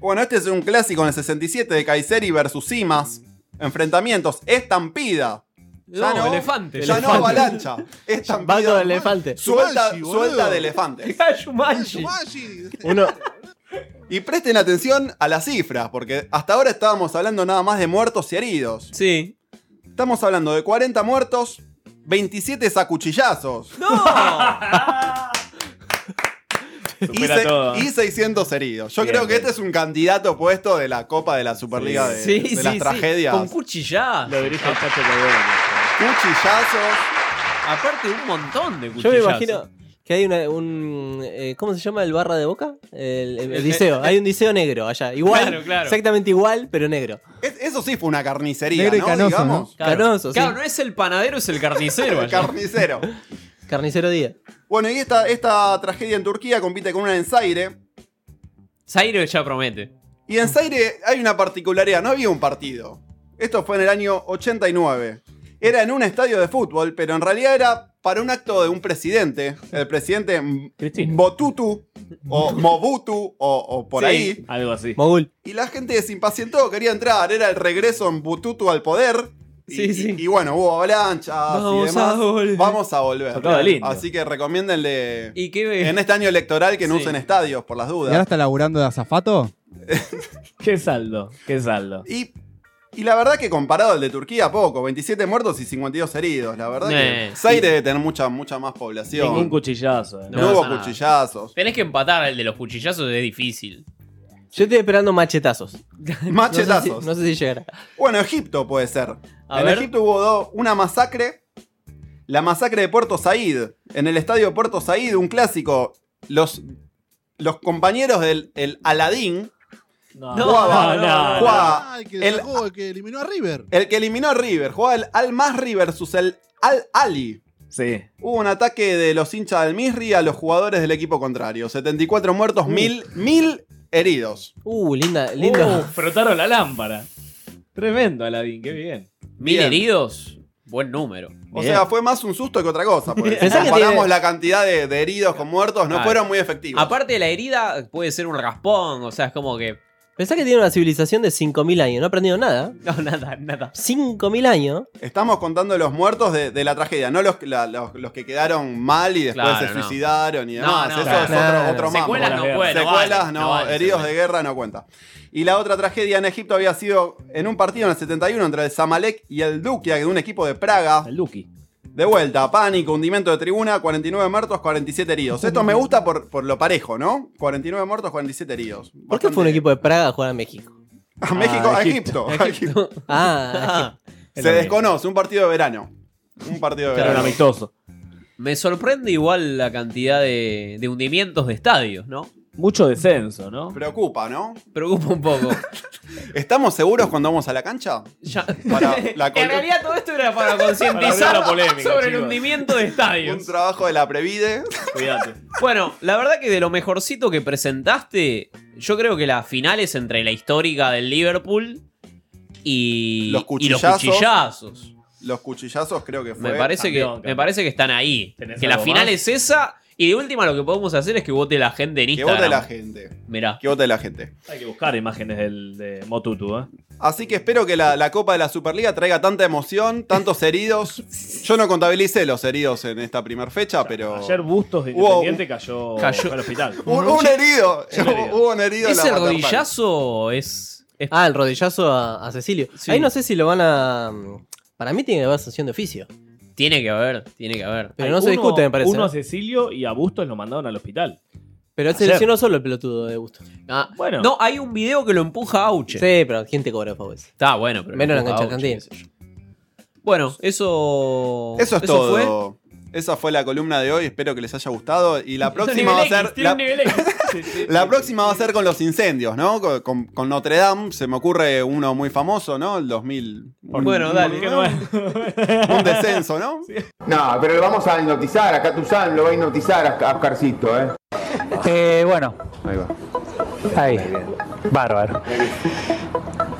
Bueno, este es un clásico en el 67 de Kayseri versus Simas. Enfrentamientos, estampida. No, elefante. Ya elefante. no avalancha. Estampida. de elefante. Este, Suelta, Shumanji, boludo. suelta de elefante. Uno, Y presten atención a las cifras, porque hasta ahora estábamos hablando nada más de muertos y heridos. Sí. Estamos hablando de 40 muertos, 27 sacuchillazos. Y, Supera se- todo. y 600 heridos. Yo Bien, creo que bien. este es un candidato puesto de la Copa de la Superliga de, Sí, de sí, las sí. tragedias. Con cuchillazos. Lo dirige el Chacho Cardone. Cuchillazos. Aparte, un montón de yo cuchillazos. me imagino que hay una, un. eh, ¿Cómo se llama el barra de boca? El, el- el liceo. Hay un liceo negro allá. Igual. Claro, claro. Exactamente igual, pero negro. Es- eso sí fue una carnicería, Negro y ¿no? canoso, Digamos. ¿no? Canoso, sí. Claro, no es el panadero, es el carnicero. El carnicero. Carnicero Día. Bueno, y esta, esta tragedia en Turquía compite con una en Zaire. Zairo ya promete. Y en Zaire hay una particularidad, no había un partido. Esto fue en el año 89. Era en un estadio de fútbol, pero en realidad era para un acto de un presidente. El presidente M- Botutu, o Mobutu, o, o por Sí, ahí. Algo así. Mogul. Y la gente se impacientó, quería entrar. Era el regreso en Botutu al poder. Y, y- y bueno, hubo avalanchas y Vamos demás. a volver. Vamos a volver. Tocaba el indio. Así que recomiéndenle ¿Y qué en este año electoral que no Sí. usen estadios, por las ¿Y dudas. ahora está laburando de azafato? Qué saldo, qué saldo. Y, y la verdad que comparado al de Turquía, poco. 27 muertos y 52 heridos. La verdad Eh, que Zaire sí. debe tener mucha, mucha más población. Ningún cuchillazo. eh. No, hubo pasa nada. cuchillazos. Tenés que empatar el de los cuchillazos, es difícil. Yo estoy esperando machetazos. Machetazos. No sé si, no sé si llegará. Bueno, Egipto puede ser. A en ver. Egipto hubo do- una masacre. La masacre de Puerto Said. En el estadio Puerto Said, un clásico. Los, los compañeros del el Aladín. No, jugaba- no, no, no. jugaba- Ay, que el- dejó, el que eliminó a River. El que eliminó a River, jugaba el Al Más River sus el Al Ali. Sí. Hubo un ataque de los hinchas del Misri a los jugadores del equipo contrario. 74 muertos, Uh. mil, mil heridos. Uh, linda, linda. Uh, frotaron la lámpara. Tremendo, Aladín, qué bien. Mil Bien. heridos, buen número. O Bien. sea, fue más un susto que otra cosa. Porque si Pensá que comparamos tiene- la cantidad de, de heridos con muertos, no Ah. fueron muy efectivos. aparte de la herida, puede ser un raspón, o sea, es como que. Pensá que tiene una civilización de 5.000 años. No ha aprendido nada. No, nada, nada. 5.000 años. Estamos contando los muertos de, de la tragedia, no los, la- los, los que quedaron mal y después Claro, se no. suicidaron y No, demás. no, Eso claro. es Claro. otro, otro mambo. Secuelas no puede, no Secuelas vale, no, no vale, heridos de secuelas. guerra no cuenta. Y la otra tragedia en Egipto había sido en un partido en el 71 entre el Zamalek y el Dukia, que es un equipo de Praga. El Duki. De vuelta, pánico, hundimiento de tribuna, 49 muertos, 47 heridos. Esto me gusta por, por lo parejo, ¿no? 49 muertos, 47 heridos. ¿Por qué fue un equipo Ah, de Praga a jugar a México? A México, a Egipto. a Egipto. Ah, Se desconoce, un partido de verano. Un partido de Claro, verano. un amistoso. Me sorprende igual la cantidad de, de hundimientos de estadios, ¿no? Mucho descenso, ¿no? Preocupa, ¿no? Preocupa un poco. ¿Estamos seguros cuando vamos a la cancha? Ya. Para la en realidad todo esto era para concientizar Para abrir la polémica, sobre el chicos. hundimiento de Un estadios. trabajo de la Previde. Cuídate. Bueno, la verdad que de lo mejorcito que presentaste, yo creo que la final es entre la histórica del Liverpool y Los y los cuchillazos. cuchillazos. Los cuchillazos creo que fue. Me parece, que, campeón, me campeón. parece que están ahí. ¿Tenés Que la algo final más? es esa. Y de última lo que podemos hacer es que vote la gente en Que vote Instagram. la gente. Mirá. Que vote la gente. Hay que buscar imágenes del, de Motutu, ¿eh? Así que espero que la, la Copa de la Superliga traiga tanta emoción, tantos heridos. Yo no contabilicé los heridos en esta primera fecha, pero. Ayer Bustos de Hubo Independiente cayó, Cayó. al hospital. Un, un herido. Hubo un herido. en la ¿Ese Waterpolo. rodillazo es, es- Ah, el rodillazo a, a Cecilio. Sí. Ahí no sé si lo van a. mm, Para mí tiene que haber sanción de oficio. Tiene que haber, tiene que haber. Pero Hay no uno- se discute, me parece. Uno a ¿no? Cecilio y a Bustos lo mandaron al hospital. Pero él se ayer. lesionó solo el pelotudo de gusto. Ah, Bueno. No, hay un video que lo empuja a Auche. Sí, pero ¿quién te cobra, favor? Está bueno, pero. Menos la lo empuja cancha a Auche, argentina. qué sé yo. Bueno, eso. Eso es todo. Esa fue la columna de hoy, espero que les haya gustado. Y la próxima va a ser. Tiene la- un nivel X. La próxima va a ser con los incendios, ¿no? Con, con- con Notre Dame, se me ocurre uno muy famoso, ¿no? El 2000. un- Bueno, un- dale. Un descenso, ¿no? No, pero lo vamos a hipnotizar, a Catuzán lo va a hipnotizar a, a Oscarcito, ¿eh? Eh, bueno. Ahí va. Ahí. Bárbaro.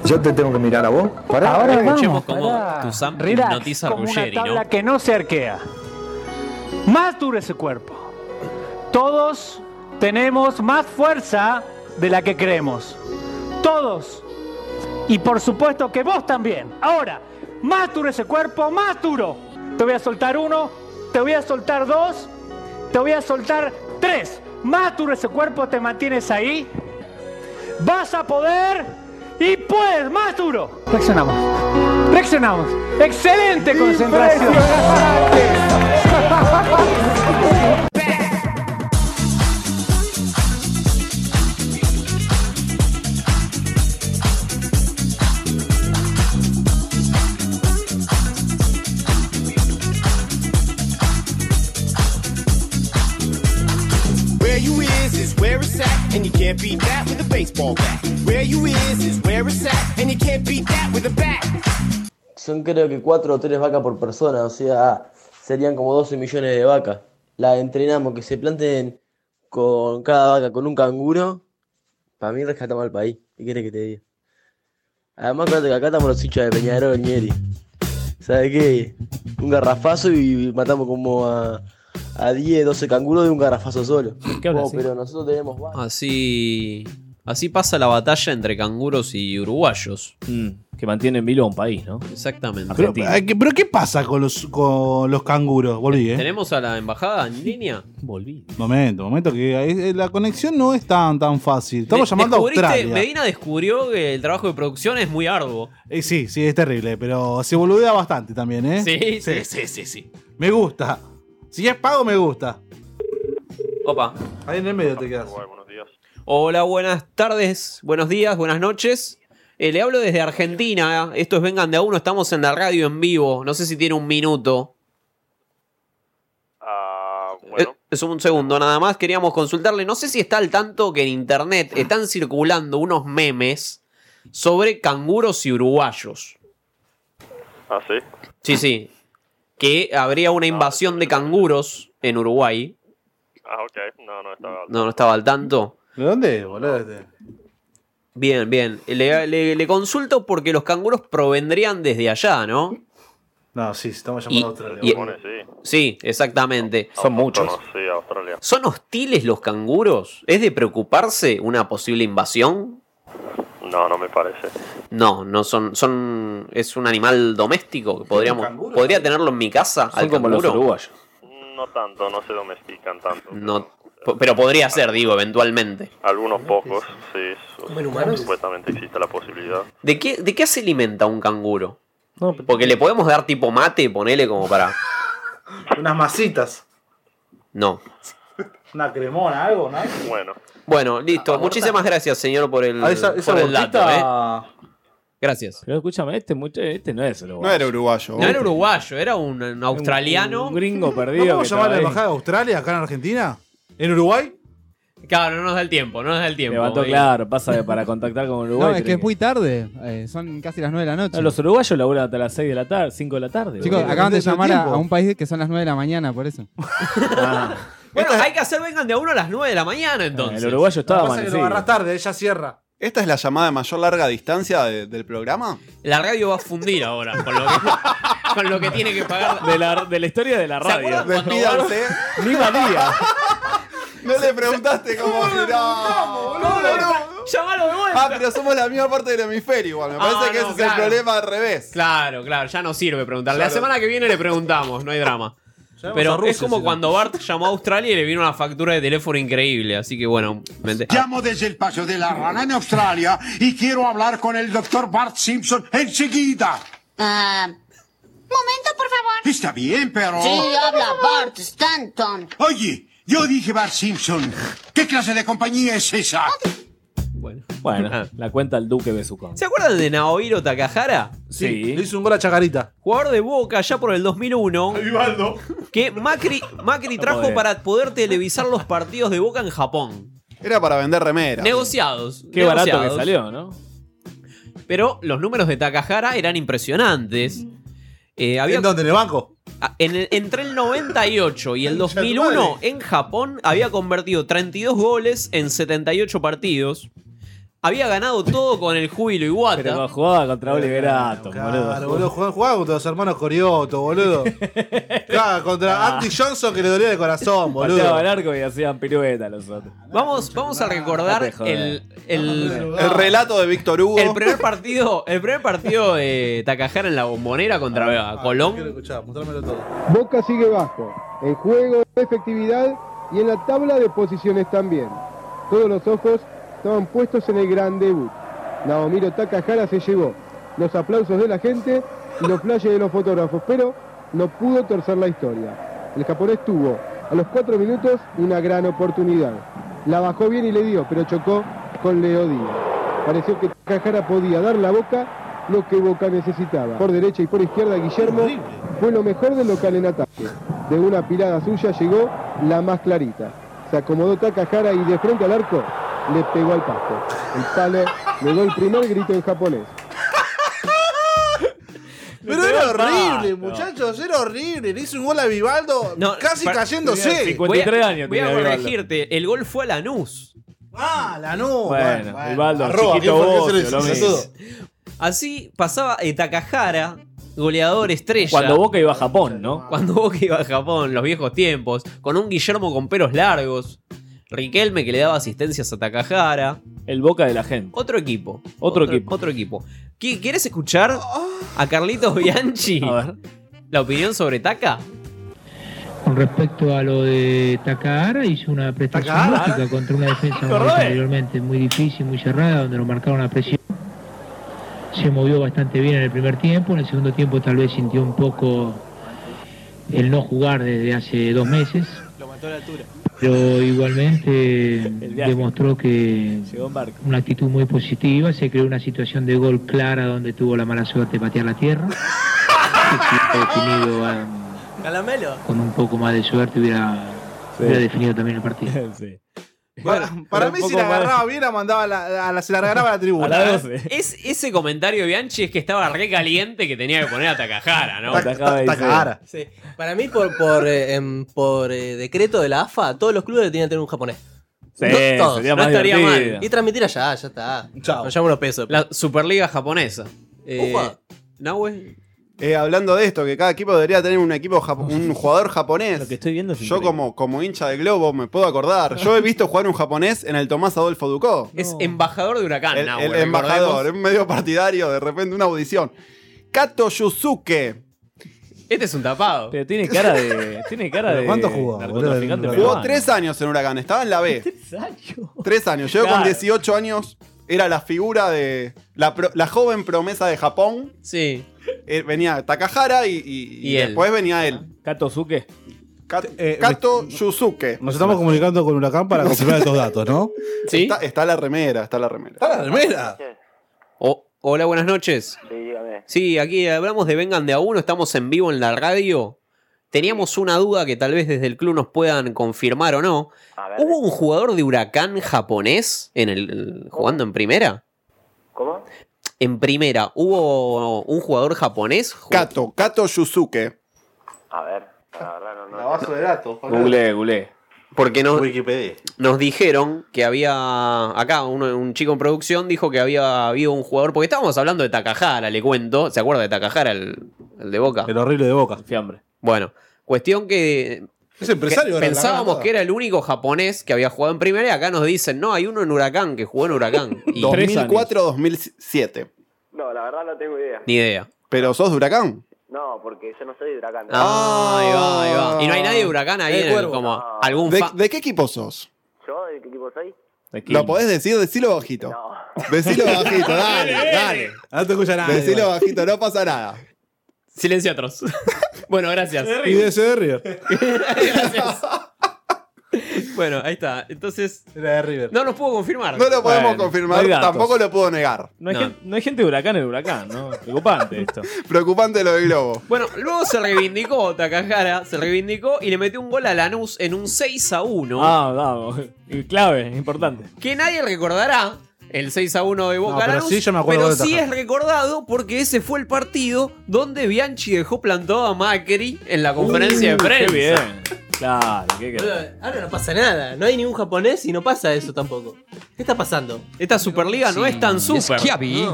Yo te tengo que mirar a vos. Pará, Ahora eh. vamos. Como tu Sam Relax, hipnotiza a como Ruggeri, una tabla ¿no? que no se arquea. Más duro ese cuerpo. Todos tenemos más fuerza de la que creemos. Todos. Y por supuesto que vos también. Ahora, más duro ese cuerpo, más duro. Te voy a soltar uno, te voy a soltar dos, te voy a soltar tres. Más duro ese cuerpo, te mantienes ahí. Vas a poder y puedes, más duro. Reaccionamos. Reaccionamos. Excelente concentración. Where you is is where it's at, and you can't beat that with a baseball bat. Where you is is where it's at, and you can't beat that with a bat. Son creo que 4 o 3 vacas por persona, o sea, serían como 12 millones de vacas. La entrenamos, que se planten con cada vaca, con un canguro. Para mí rescatamos al país, ¿qué quieres que te diga? Además, acuérdate que acá estamos los hinchas de Peñarol, Ñeri. ¿Sabes qué? Un garrafazo y matamos como a, a 10, 12 canguros de un garrafazo solo. Oh, pero nosotros tenemos Así. Así pasa la batalla entre canguros y uruguayos. Mm, Que mantienen vivo a un país, ¿no? Exactamente. Pero, ay, que- pero ¿qué pasa con los, con los canguros? Volví, ¿eh? ¿Tenemos a la embajada en línea? Volví. Momento, momento, que ahí- eh, la conexión no es tan, tan fácil. Estamos De- llamando a descubriste- Australia. Medina descubrió que el trabajo de producción es muy arduo. Eh, sí, sí, es terrible, pero se boludea bastante también, ¿eh? Sí, sí, sí, sí, sí. Me gusta. Si es pago, me gusta. Opa. Ahí en el medio te quedas. Hola, buenas tardes, buenos días, buenas noches. Eh, le hablo desde Argentina. Esto es Vengan de a uno. Estamos en la radio en vivo. No sé si tiene un minuto. Ah, Eh, Es un segundo nada más. Queríamos consultarle. No sé si está al tanto que en internet están circulando unos memes sobre canguros y uruguayos. Ah, sí. Sí, sí. Que habría una invasión de canguros en Uruguay. Ah, ok. No, no estaba. No, no estaba al tanto. ¿De dónde, boludo? este. Bien, bien. Le, le- le consulto porque los canguros provendrían desde allá, ¿no? No, sí, estamos Y- y- sí, exactamente. Son muchos. Sí, Australia. ¿Son hostiles los canguros? ¿Es de preocuparse una posible invasión? No, no me parece. No, no son, son, es un animal doméstico que podríamos, podría tenerlo en mi casa. al canguro? No tanto, no se domestican tanto. No, po- pero podría ser, digo, eventualmente. Algunos pocos, sí. su- ¿Comen humanos? Supuestamente existe la posibilidad. ¿De qué, de qué se alimenta un canguro? Porque le podemos dar tipo mate, ponele como para. Unas masitas. No. Una cremona, algo, ¿no? Bueno. Bueno, listo. Muchísimas gracias, señor, por el, Ah, esa- esa por el dato. bolsita- ¿eh? Gracias. Pero escúchame, este, mucho, este no es uruguayo. No era uruguayo. No era uruguayo, era un, un australiano. Un gringo ¿No perdido. podemos que llamar a la estaba ahí. embajada de Australia acá en Argentina? ¿En Uruguay? Claro, no nos da el tiempo, no nos da el tiempo. Levantó Eh, claro, pasa que para contactar con Uruguay. No, es que tenés es muy tarde. Eh, son casi las 9 de la que- noche. Los uruguayos laburan hasta las 6 de la tarde, 5 de la tarde. Chicos, boludo. acaban de llamar a, tiempo. a un país que son las 9 de la mañana, por eso. Ah. Bueno, hay que hacer vengan de a uno a las 9 de la mañana entonces. tarde, ella cierra. ¿Esta es la llamada de mayor larga distancia de- del programa? La radio va a fundir ahora con lo que, con lo que tiene que pagar. De la, de la historia de la ¿Se radio. acuerdan cuando Despídanse. Misma día. No le preguntaste cómo giraba. No, no, no. Llamalo de vuelta. Ah, pero somos la misma parte del hemisferio igual. Me parece Ah, que no, ese claro. es el problema al revés. Claro, claro, ya no sirve preguntarle. La Claro. semana que viene le preguntamos, no hay drama. Llamamos Pero a Rusia, es como si no. cuando Bart llamó a Australia y le vino una factura de teléfono increíble, así que bueno, vente. Llamo desde el Paso de la Rana en Australia y quiero hablar con el doctor Bart Simpson enseguida. Ah, momento, por favor. Está bien, pero... Sí, habla Bart Stanton. Oye, yo dije Bart Simpson. ¿Qué clase de compañía es esa? Bueno. Bueno, Ah. la cuenta el Duque Besucón. ¿Se acuerdan de Naohiro Takahara? Sí. Le hizo un gol a Chacarita. Jugador de Boca ya por el 2001. Que Macri, Macri No trajo podés. para poder televisar los partidos de Boca en Japón. Era para vender remeras. Negociados. Qué barato que negociados. salió, ¿no? Pero los números de Takahara eran impresionantes. Eh, había- ¿En dónde? ¿En el banco? Ah, en el- entre el 98 y el 2001, en Japón, había convertido 32 goles en 78 partidos. Había ganado todo con el júbilo Iwata. Pero jugaba contra Oliverato, Claro, boludo, jugaba, jugaba contra los hermanos Corioto, boludo. Claro, contra Ah. Andy Johnson que le dolía el corazón, Pateaba boludo. el arco y hacían pirueta los otros. Vamos, vamos a recordar Date joder. el, el, El relato de Víctor Hugo. El primer partido, el primer partido de Takahara en la bombonera contra Ah, Colón. Boca sigue bajo, en juego, efectividad y en la tabla de posiciones también. Todos los ojos estaban puestos en el gran debut. Naomiro Takahara se llevó los aplausos de la gente y los flashes de los fotógrafos, pero no pudo torcer la historia. El japonés tuvo a los cuatro minutos una gran oportunidad. La bajó bien y le dio, pero chocó con Leo Díaz. Pareció que Cajara podía dar la boca lo que Boca necesitaba. Por derecha y por izquierda Guillermo fue lo mejor del local en ataque. De una pilada suya llegó la más clarita. Se acomodó Takahara y de frente al arco le pegó al pasto. El palo le dio el primer grito en japonés. Pero era horrible, muchachos, era horrible. Le hizo un gol a Vivaldo casi par- cayéndose. Voy a- Voy a tenía Vivaldo. corregirte. El gol fue a Lanús. Ah, la nube. Bueno, bueno. Rivaldo, Arroba, chiquito ¿quién fue el que Bocio, se le lo hizo mismo. Así pasaba eh, Takahara, goleador estrella. Cuando Boca iba a Japón, ¿no? Cuando Boca iba a Japón, los viejos tiempos, con un Guillermo con pelos largos, Riquelme que le daba asistencias a Takahara. El Boca de la gente. Otro equipo. Otro equipo. Otro equipo. ¿Qui- ¿Quieres escuchar a Carlitos Bianchi? La opinión sobre Taka. Con respecto a lo de Takahara, hizo una prestación Takahara. lógica contra una defensa como Cordobés. dije anteriormente muy difícil, muy cerrada, donde lo marcaron a presión. Se movió bastante bien en el primer tiempo, en el segundo tiempo tal vez sintió un poco el no jugar desde hace dos meses, Lo mató a la altura. pero igualmente viaje. demostró que una actitud muy positiva, se creó una situación de gol clara donde tuvo la mala suerte de patear la tierra. Y si hubiera definido, ah, Calamelo. con un poco más de suerte hubiera, hubiera definido también el partido. Para mí, Un si poco la agarraba más. bien, la mandaba a la, a la- se la regalaba a la tribuna. ¿eh? Es, ese comentario de Bianchi es que estaba re caliente que tenía que poner a Takahara, ¿no? Sí. Para mí, por, por, eh, em, por eh, decreto de la AFA, todos los clubes le tienen que tener un japonés. Sí, To- todos. sería No más estaría divertido. mal. Y transmitir allá, ya está. Nos llama unos pesos. La Superliga japonesa. Eh, Ufa. Nahue. Eh, hablando de esto, que cada equipo debería tener un equipo japo- un jugador japonés. Lo que estoy viendo Yo como, como hincha de Globo me puedo acordar. Yo he visto jugar un japonés en el Tomás Adolfo Ducó. Es embajador de Huracán, el, Nahue, el recordemos. embajador, es medio partidario, de repente una audición. Kato Yusuke. Este es un tapado. Pero tiene cara de. Tiene cara de. narcotraficante Jugó peruano. tres años en Huracán, estaba en la B. Tres años. Llegó con Claro. 18 años. Era la figura de. La, pro- la joven promesa de Japón. Eh, Sí. venía Takahara y, y- y Y él. después venía él. Ah. Katosuke. Kato Yusuke. Nos estamos comunicando con Huracán para confirmar estos datos, ¿no? Está, está la remera, está la remera. ¡Está la remera! O- hola, buenas noches. Sí, dígame. Sí, aquí hablamos de Vengan de a uno, estamos en vivo en la radio. Teníamos una duda que tal vez desde el club nos puedan confirmar o no. ¿Hubo un jugador de huracán japonés en el, jugando en primera? ¿Cómo? En primera, ¿hubo un jugador japonés? Kato, Kato Yusuke. A ver, la verdad no. no de datos. Google, Google. Porque nos, nos dijeron que había. Acá uno- un chico en producción dijo que había habido un jugador. Porque estábamos hablando de Takahara, le cuento. ¿Se acuerda de Takahara, el, el de Boca? El horrible de boca. Fiambre. Bueno, cuestión que. Es empresario, que era la pensábamos gana. que era el único japonés que había jugado en primera y acá nos dicen, no, hay uno en Huracán que jugó en Huracán. Y 2004-2007. No, la verdad no tengo idea. Ni idea. Pero sos de Huracán. No, porque yo no soy de Huracán. Ah, ahí va, ahí va. Y no hay nadie de Huracán ahí El en el- Cuervo. como algún ¿De, fa- de qué equipo sos? ¿Yo de qué equipo soy? ¿Lo podés decir? Decilo bajito. Decilo bajito, dale, dale. No te escucha nadie, Decilo igual. bajito, no pasa nada. Silencio atroz. bueno, gracias. Y de ese de River. Bueno, ahí está. Entonces. Era de River. No lo puedo confirmar. No lo podemos confirmar, tampoco lo puedo negar. No hay, Gente, no hay gente de huracán en huracán, ¿no? Preocupante esto. Preocupante lo de Globo. Bueno, luego se reivindicó Takahara, se reivindicó y le metió un gol a Lanús en un 6 a 1. Ah, vamos. Y Clave, importante. Que nadie recordará el 6 a 1 de Boca pero Lanús, sí yo me acuerdo pero del sí Tajá. es recordado porque ese fue el partido donde Bianchi dejó plantado a Macri en la conferencia de Uh, qué prensa. bien. Claro, qué Ahora no pasa nada, no hay ningún japonés y no pasa eso tampoco. ¿Qué está pasando? Esta Superliga no es tan super. Schiavi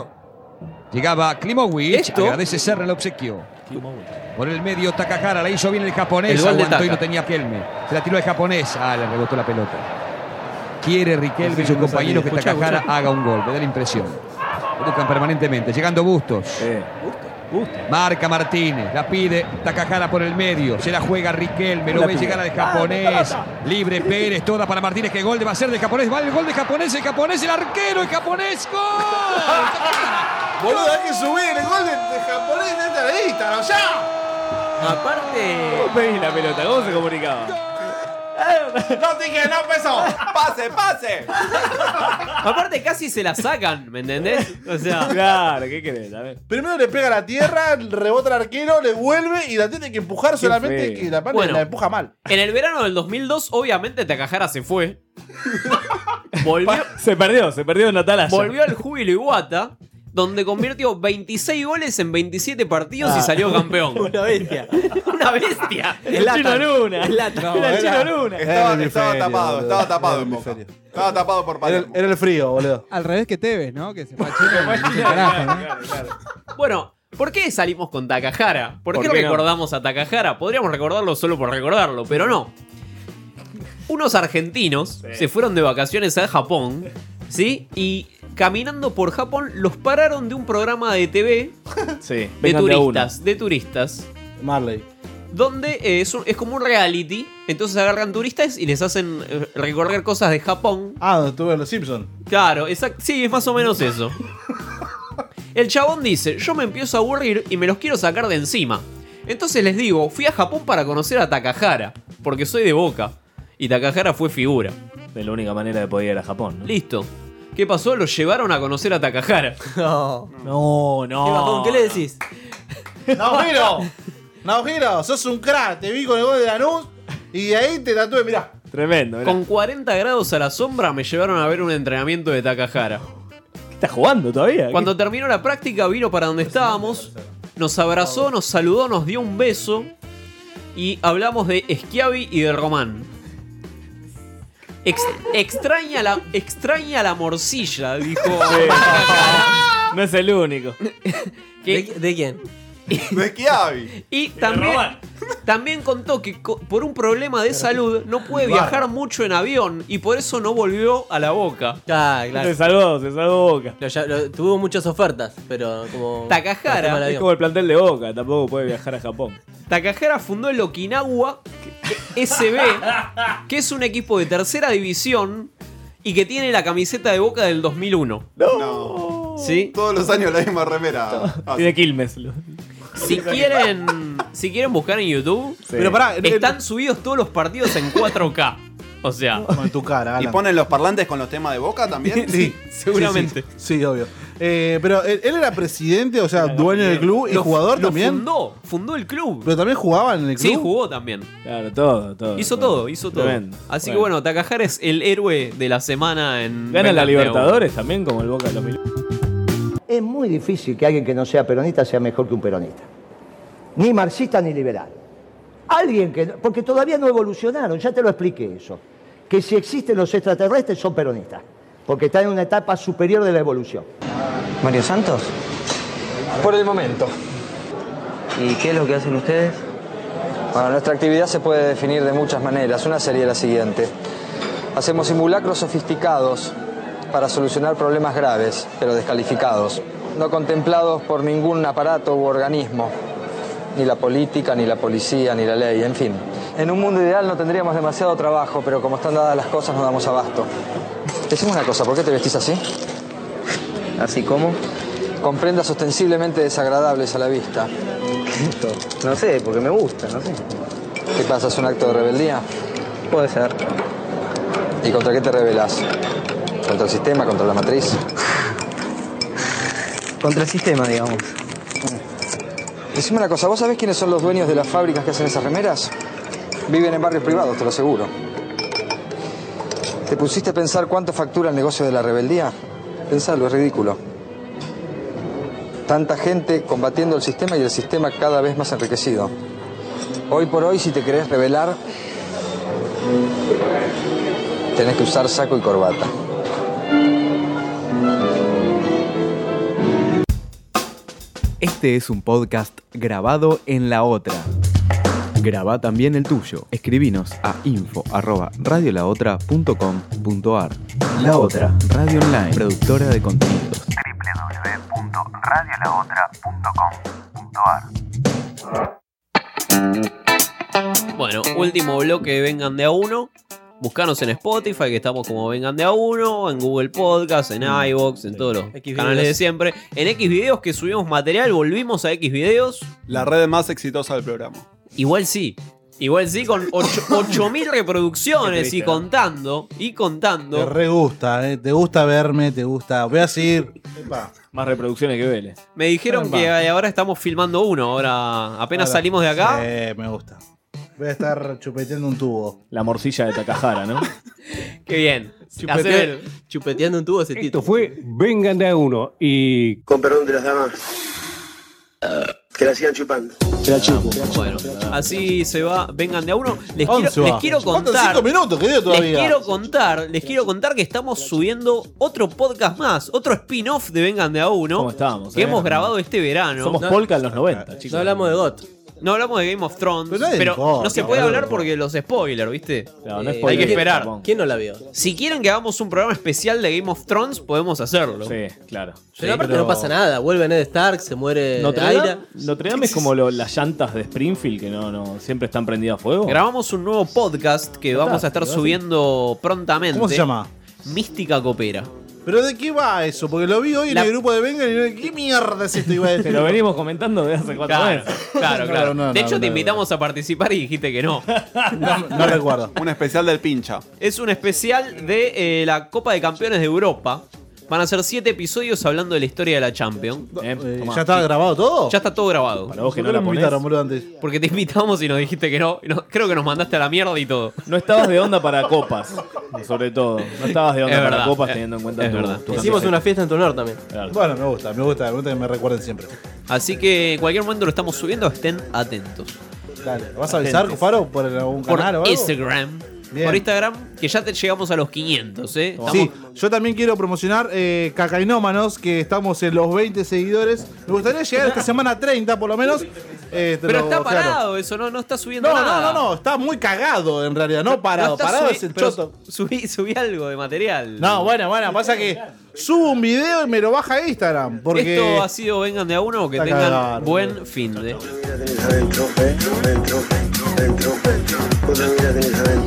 llegaba Klimowicz, Esto- agradece Serra el obsequio. Por el medio Takahara, la hizo bien el japonés, El gol de aguantó y Taka. no tenía Kelme. Se la tiró el japonés, ah, le rebotó la pelota. Quiere Riquelme y Sí, su no compañero sabía. que Escuchá, Takahara escuchá. haga un gol, me da la impresión. Lo Buscan permanentemente, llegando Bustos. Marca Martínez, la pide Takahara por el medio, se la juega Riquelme, lo Una ve piba. llegar al japonés, Ah, libre Pérez, toda para Martínez, que gol de- va a ser del japonés, va el gol de japonés, el japonés, el arquero, el japonés, gol. Boludo, hay que subir el gol de, de japonés de la lista, ¿no? ¡Ya! Aparte. ¿Cómo pedís la pelota? ¿Cómo se comunicaba? ¡No dije, no peso! ¡Pase, pase! Aparte casi se la sacan, ¿me entendés? O sea, Claro, ¿qué querés? A ver. Primero le pega a la tierra, rebota el arquero, le vuelve y la tiene que empujar solamente feo. que la, mano Bueno. la empuja mal. en el verano del 2002 obviamente Takahara se fue. Volvió, Se perdió, se perdió en Natalaya. volvió al Júbilo Iguata, donde convirtió 26 goles en 27 partidos y Ah. salió campeón. Una bestia. Una bestia. El Chino Luna. era- Estaba, estaba hemisferio, tapado, boludo. estaba tapado en boca. Estaba tapado por Palermo. Era, el frío, boludo. Al revés que Tevez, ¿no? Que se fue a Chile. y no hizo carajo, ¿no? Bueno, ¿por qué salimos con Takahara? ¿Por, ¿Por qué, qué no? recordamos a Takahara? Podríamos recordarlo solo por recordarlo, pero no. Unos argentinos se fueron de vacaciones a Japón, ¿sí? Y caminando por Japón los pararon de un programa de TV Sí, de vengan a uno. turistas, de turistas. Marley. Donde eh, es, un- es como un reality, entonces agarran turistas y les hacen eh, recorrer cosas de Japón Ah, donde estuve en los Simpsons. Claro, exacto. Sí, es más o menos eso. El chabón dice, yo me empiezo a aburrir y me los quiero sacar de encima. Entonces les digo, fui a Japón para conocer a Takahara, porque soy de Boca. Y Takahara fue figura. De la única manera de poder ir a Japón, ¿no? Listo. ¿Qué pasó? Los llevaron a conocer a Takahara. No. No, ¿Qué, bajón? no. ¿Qué le decís? ¡Naojiro! ¡Naojiro! ¡Sos un crack! Te vi con el gol de Lanús y de ahí te tatué, mirá. Tremendo, mirá. Con 40 grados a la sombra me llevaron a ver un entrenamiento de Takahara. ¿Estás jugando todavía? Cuando terminó la práctica, vino para donde estábamos, nos abrazó, nos saludó, nos dio un beso y hablamos de Schiavi y de Román. Ex- extraña, la, extraña la morcilla, dijo. No es el único. ¿De, de quién? ¿De Schiavi? Y también, también contó que co- por un problema de salud no puede Barra. viajar mucho en avión y por eso no volvió a la boca. Ah, claro. Se salvó, se salvó Boca. Lo ya- lo- tuvo muchas ofertas, pero como. Takahara, para tomar Es avión. como el plantel de Boca, tampoco puede viajar a Japón. Takahara fundó el Okinawa SB, que es un equipo de tercera división y que tiene la camiseta de Boca del 2001. No. ¿Sí? Todos los años la misma remera. Y de Quilmes. Si quieren, si quieren buscar en YouTube, Pero pará, están subidos todos los partidos en 4K. O sea, Con tu cara, ¿Y Alan. ponen los parlantes con los temas de boca también? Ah, Sí, seguramente. Sí, sí, sí, obvio. Eh, pero él, él era presidente, o sea, dueño del club y Lo- jugador lo también. Fundó, fundó el club. Pero también jugaba en el club. Ah, Sí, jugó también. Claro, todo, todo. Hizo todo, hizo todo. Tremendo. Así que bueno, Takahara es el héroe de la semana en. Gana la Vengan de Libertadores también, como el Boca de los Mil. Es muy difícil que alguien que no sea peronista sea mejor que un peronista. Ni marxista ni liberal. Alguien que. no- Porque todavía no evolucionaron, ya te lo expliqué eso. Que si existen los extraterrestres son peronistas. Porque están en una etapa superior de la evolución. ¿Mario Santos? Por el momento. ¿Y qué es lo que hacen ustedes? Bueno, nuestra actividad se puede definir de muchas maneras. Una sería la siguiente. Hacemos simulacros sofisticados para solucionar problemas graves, pero descalificados. No contemplados por ningún aparato u organismo. Ni la política, ni la policía, ni la ley, en fin. En un mundo ideal no tendríamos demasiado trabajo, pero como están dadas las cosas nos damos abasto. Decime una cosa, ¿por qué te vestís así? Así como. Con prendas ostensiblemente desagradables a la vista. No sé, porque me gusta, no sé. ¿Qué pasa? ¿Es un acto de rebeldía? Puede ser. ¿Y contra qué te rebelas? ¿Contra el sistema? ¿Contra la matriz? Contra el sistema, digamos. Decime una cosa, ¿vos sabés quiénes son los dueños de las fábricas que hacen esas remeras? Viven en barrios privados, te lo aseguro. ¿Te pusiste a pensar cuánto factura el negocio de la rebeldía? Pensalo, es ridículo. Tanta gente combatiendo el sistema y el sistema cada vez más enriquecido. Hoy por hoy, si te querés rebelar, tenés que usar saco y corbata. Este es un podcast grabado en la otra. Graba también el tuyo. Escribinos a info@radiolaotra.com.ar. La otra, radio online, productora de contenidos. Bueno, último bloque de Vengan de a uno. Buscanos en Spotify, que estamos como Vengan de a uno, en Google Podcast, en Mm. iVoox, en todos los Xvideos. canales de siempre. En X videos que subimos material, volvimos a X videos. La red más exitosa del programa. Igual sí. Igual sí, con ocho- 8000 Qué reproducciones triste, y ¿no? contando, y Te contando. re gusta, eh, te gusta verme, te gusta. Voy a seguir. Más reproducciones que Vélez. Me dijeron Caramba. que ahora estamos filmando uno, ahora apenas Ahora, salimos de acá. Sí, me gusta. Voy a estar chupeteando un tubo. La morcilla de Takahara, ¿no? Qué bien. Hacer Chupeteando un tubo ese Esto fue Vengan de a uno y. Con perdón de las damas. Que la sigan chupando. Que la chupo. Bueno, así se va. Vengan de a uno. Les quiero, Once va. les quiero Faltan contar. cinco minutos, que digo Les todavía. quiero contar, les quiero contar que estamos subiendo otro podcast más, otro spin-off de Vengan de a uno. Que eh? hemos grabado este verano. Somos No- Polka en los 90, chicos. No hablamos de GOT. No hablamos de Game of Thrones, pero, nadie dijo, no se no, puede boludo. hablar porque los spoilers, ¿viste? no Eh, hay spoiler, que esperar. tampoco. ¿Quién no la vio? Si quieren que hagamos un programa especial de Game of Thrones, podemos hacerlo. Sí, claro. Pero aparte no pasa nada, vuelve Ned Stark, se muere Notre Aira. Dame, Notre Dame es como lo- las llantas de Springfield que no, no siempre están prendidas a Oh. fuego. Grabamos un nuevo podcast que vamos a estar ¿verdad? subiendo prontamente. ¿Cómo se llama? Mística Copera. ¿Pero de qué va eso? Porque lo vi hoy La- en el grupo de Vengan y no, ¿qué mierda es esto? Iba a decir. Pero venimos comentando desde hace cuatro Claro, meses. claro, No, claro. no, de no, hecho, no, no. te invitamos a participar y dijiste que no. No recuerdo. Un especial del pincha. Es un especial de eh, la Copa de Campeones de Europa. Van a ser siete episodios hablando de la historia de la Champions. Eh, ¿ya estaba grabado todo? Ya está todo grabado. Para vos que ¿Por no qué la no me ponés? invitaron, boludo, antes? Porque te invitamos y nos dijiste que no. Y no- Creo que nos mandaste a la mierda y todo. No estabas de onda para copas, sobre todo. No estabas de onda Es para verdad, copas eh, teniendo en cuenta es tu- verdad. tu Hicimos camiseta. una fiesta en tu honor también. Bueno, me gusta, me gusta, me gusta que me recuerden siempre. Así que en cualquier momento lo estamos subiendo. Estén atentos. Dale, ¿vas a avisar, Cufaro, por algún Por canal o algo? Instagram. Bien. Por Instagram, que ya te llegamos a los 500, ¿eh? Estamos- Sí, yo también quiero promocionar eh, Cacainómanos, que estamos en los 20 seguidores. Me gustaría llegar esta semana a 30 por lo menos. Eh, te Pero lo- claro. está parado eso, no, no está subiendo No, no, nada. no, no, está muy cagado en realidad, no parado. está parado subi- es el pero choto. Subí, subí algo de material. No, bueno, bueno, pasa que subo un video y me lo baja a Instagram. Porque Esto ha sido Vengan de a uno, que Está tengan cagado, buen fin de. Adentro, eh, adentro, adentro. Vos también la tenés adentro.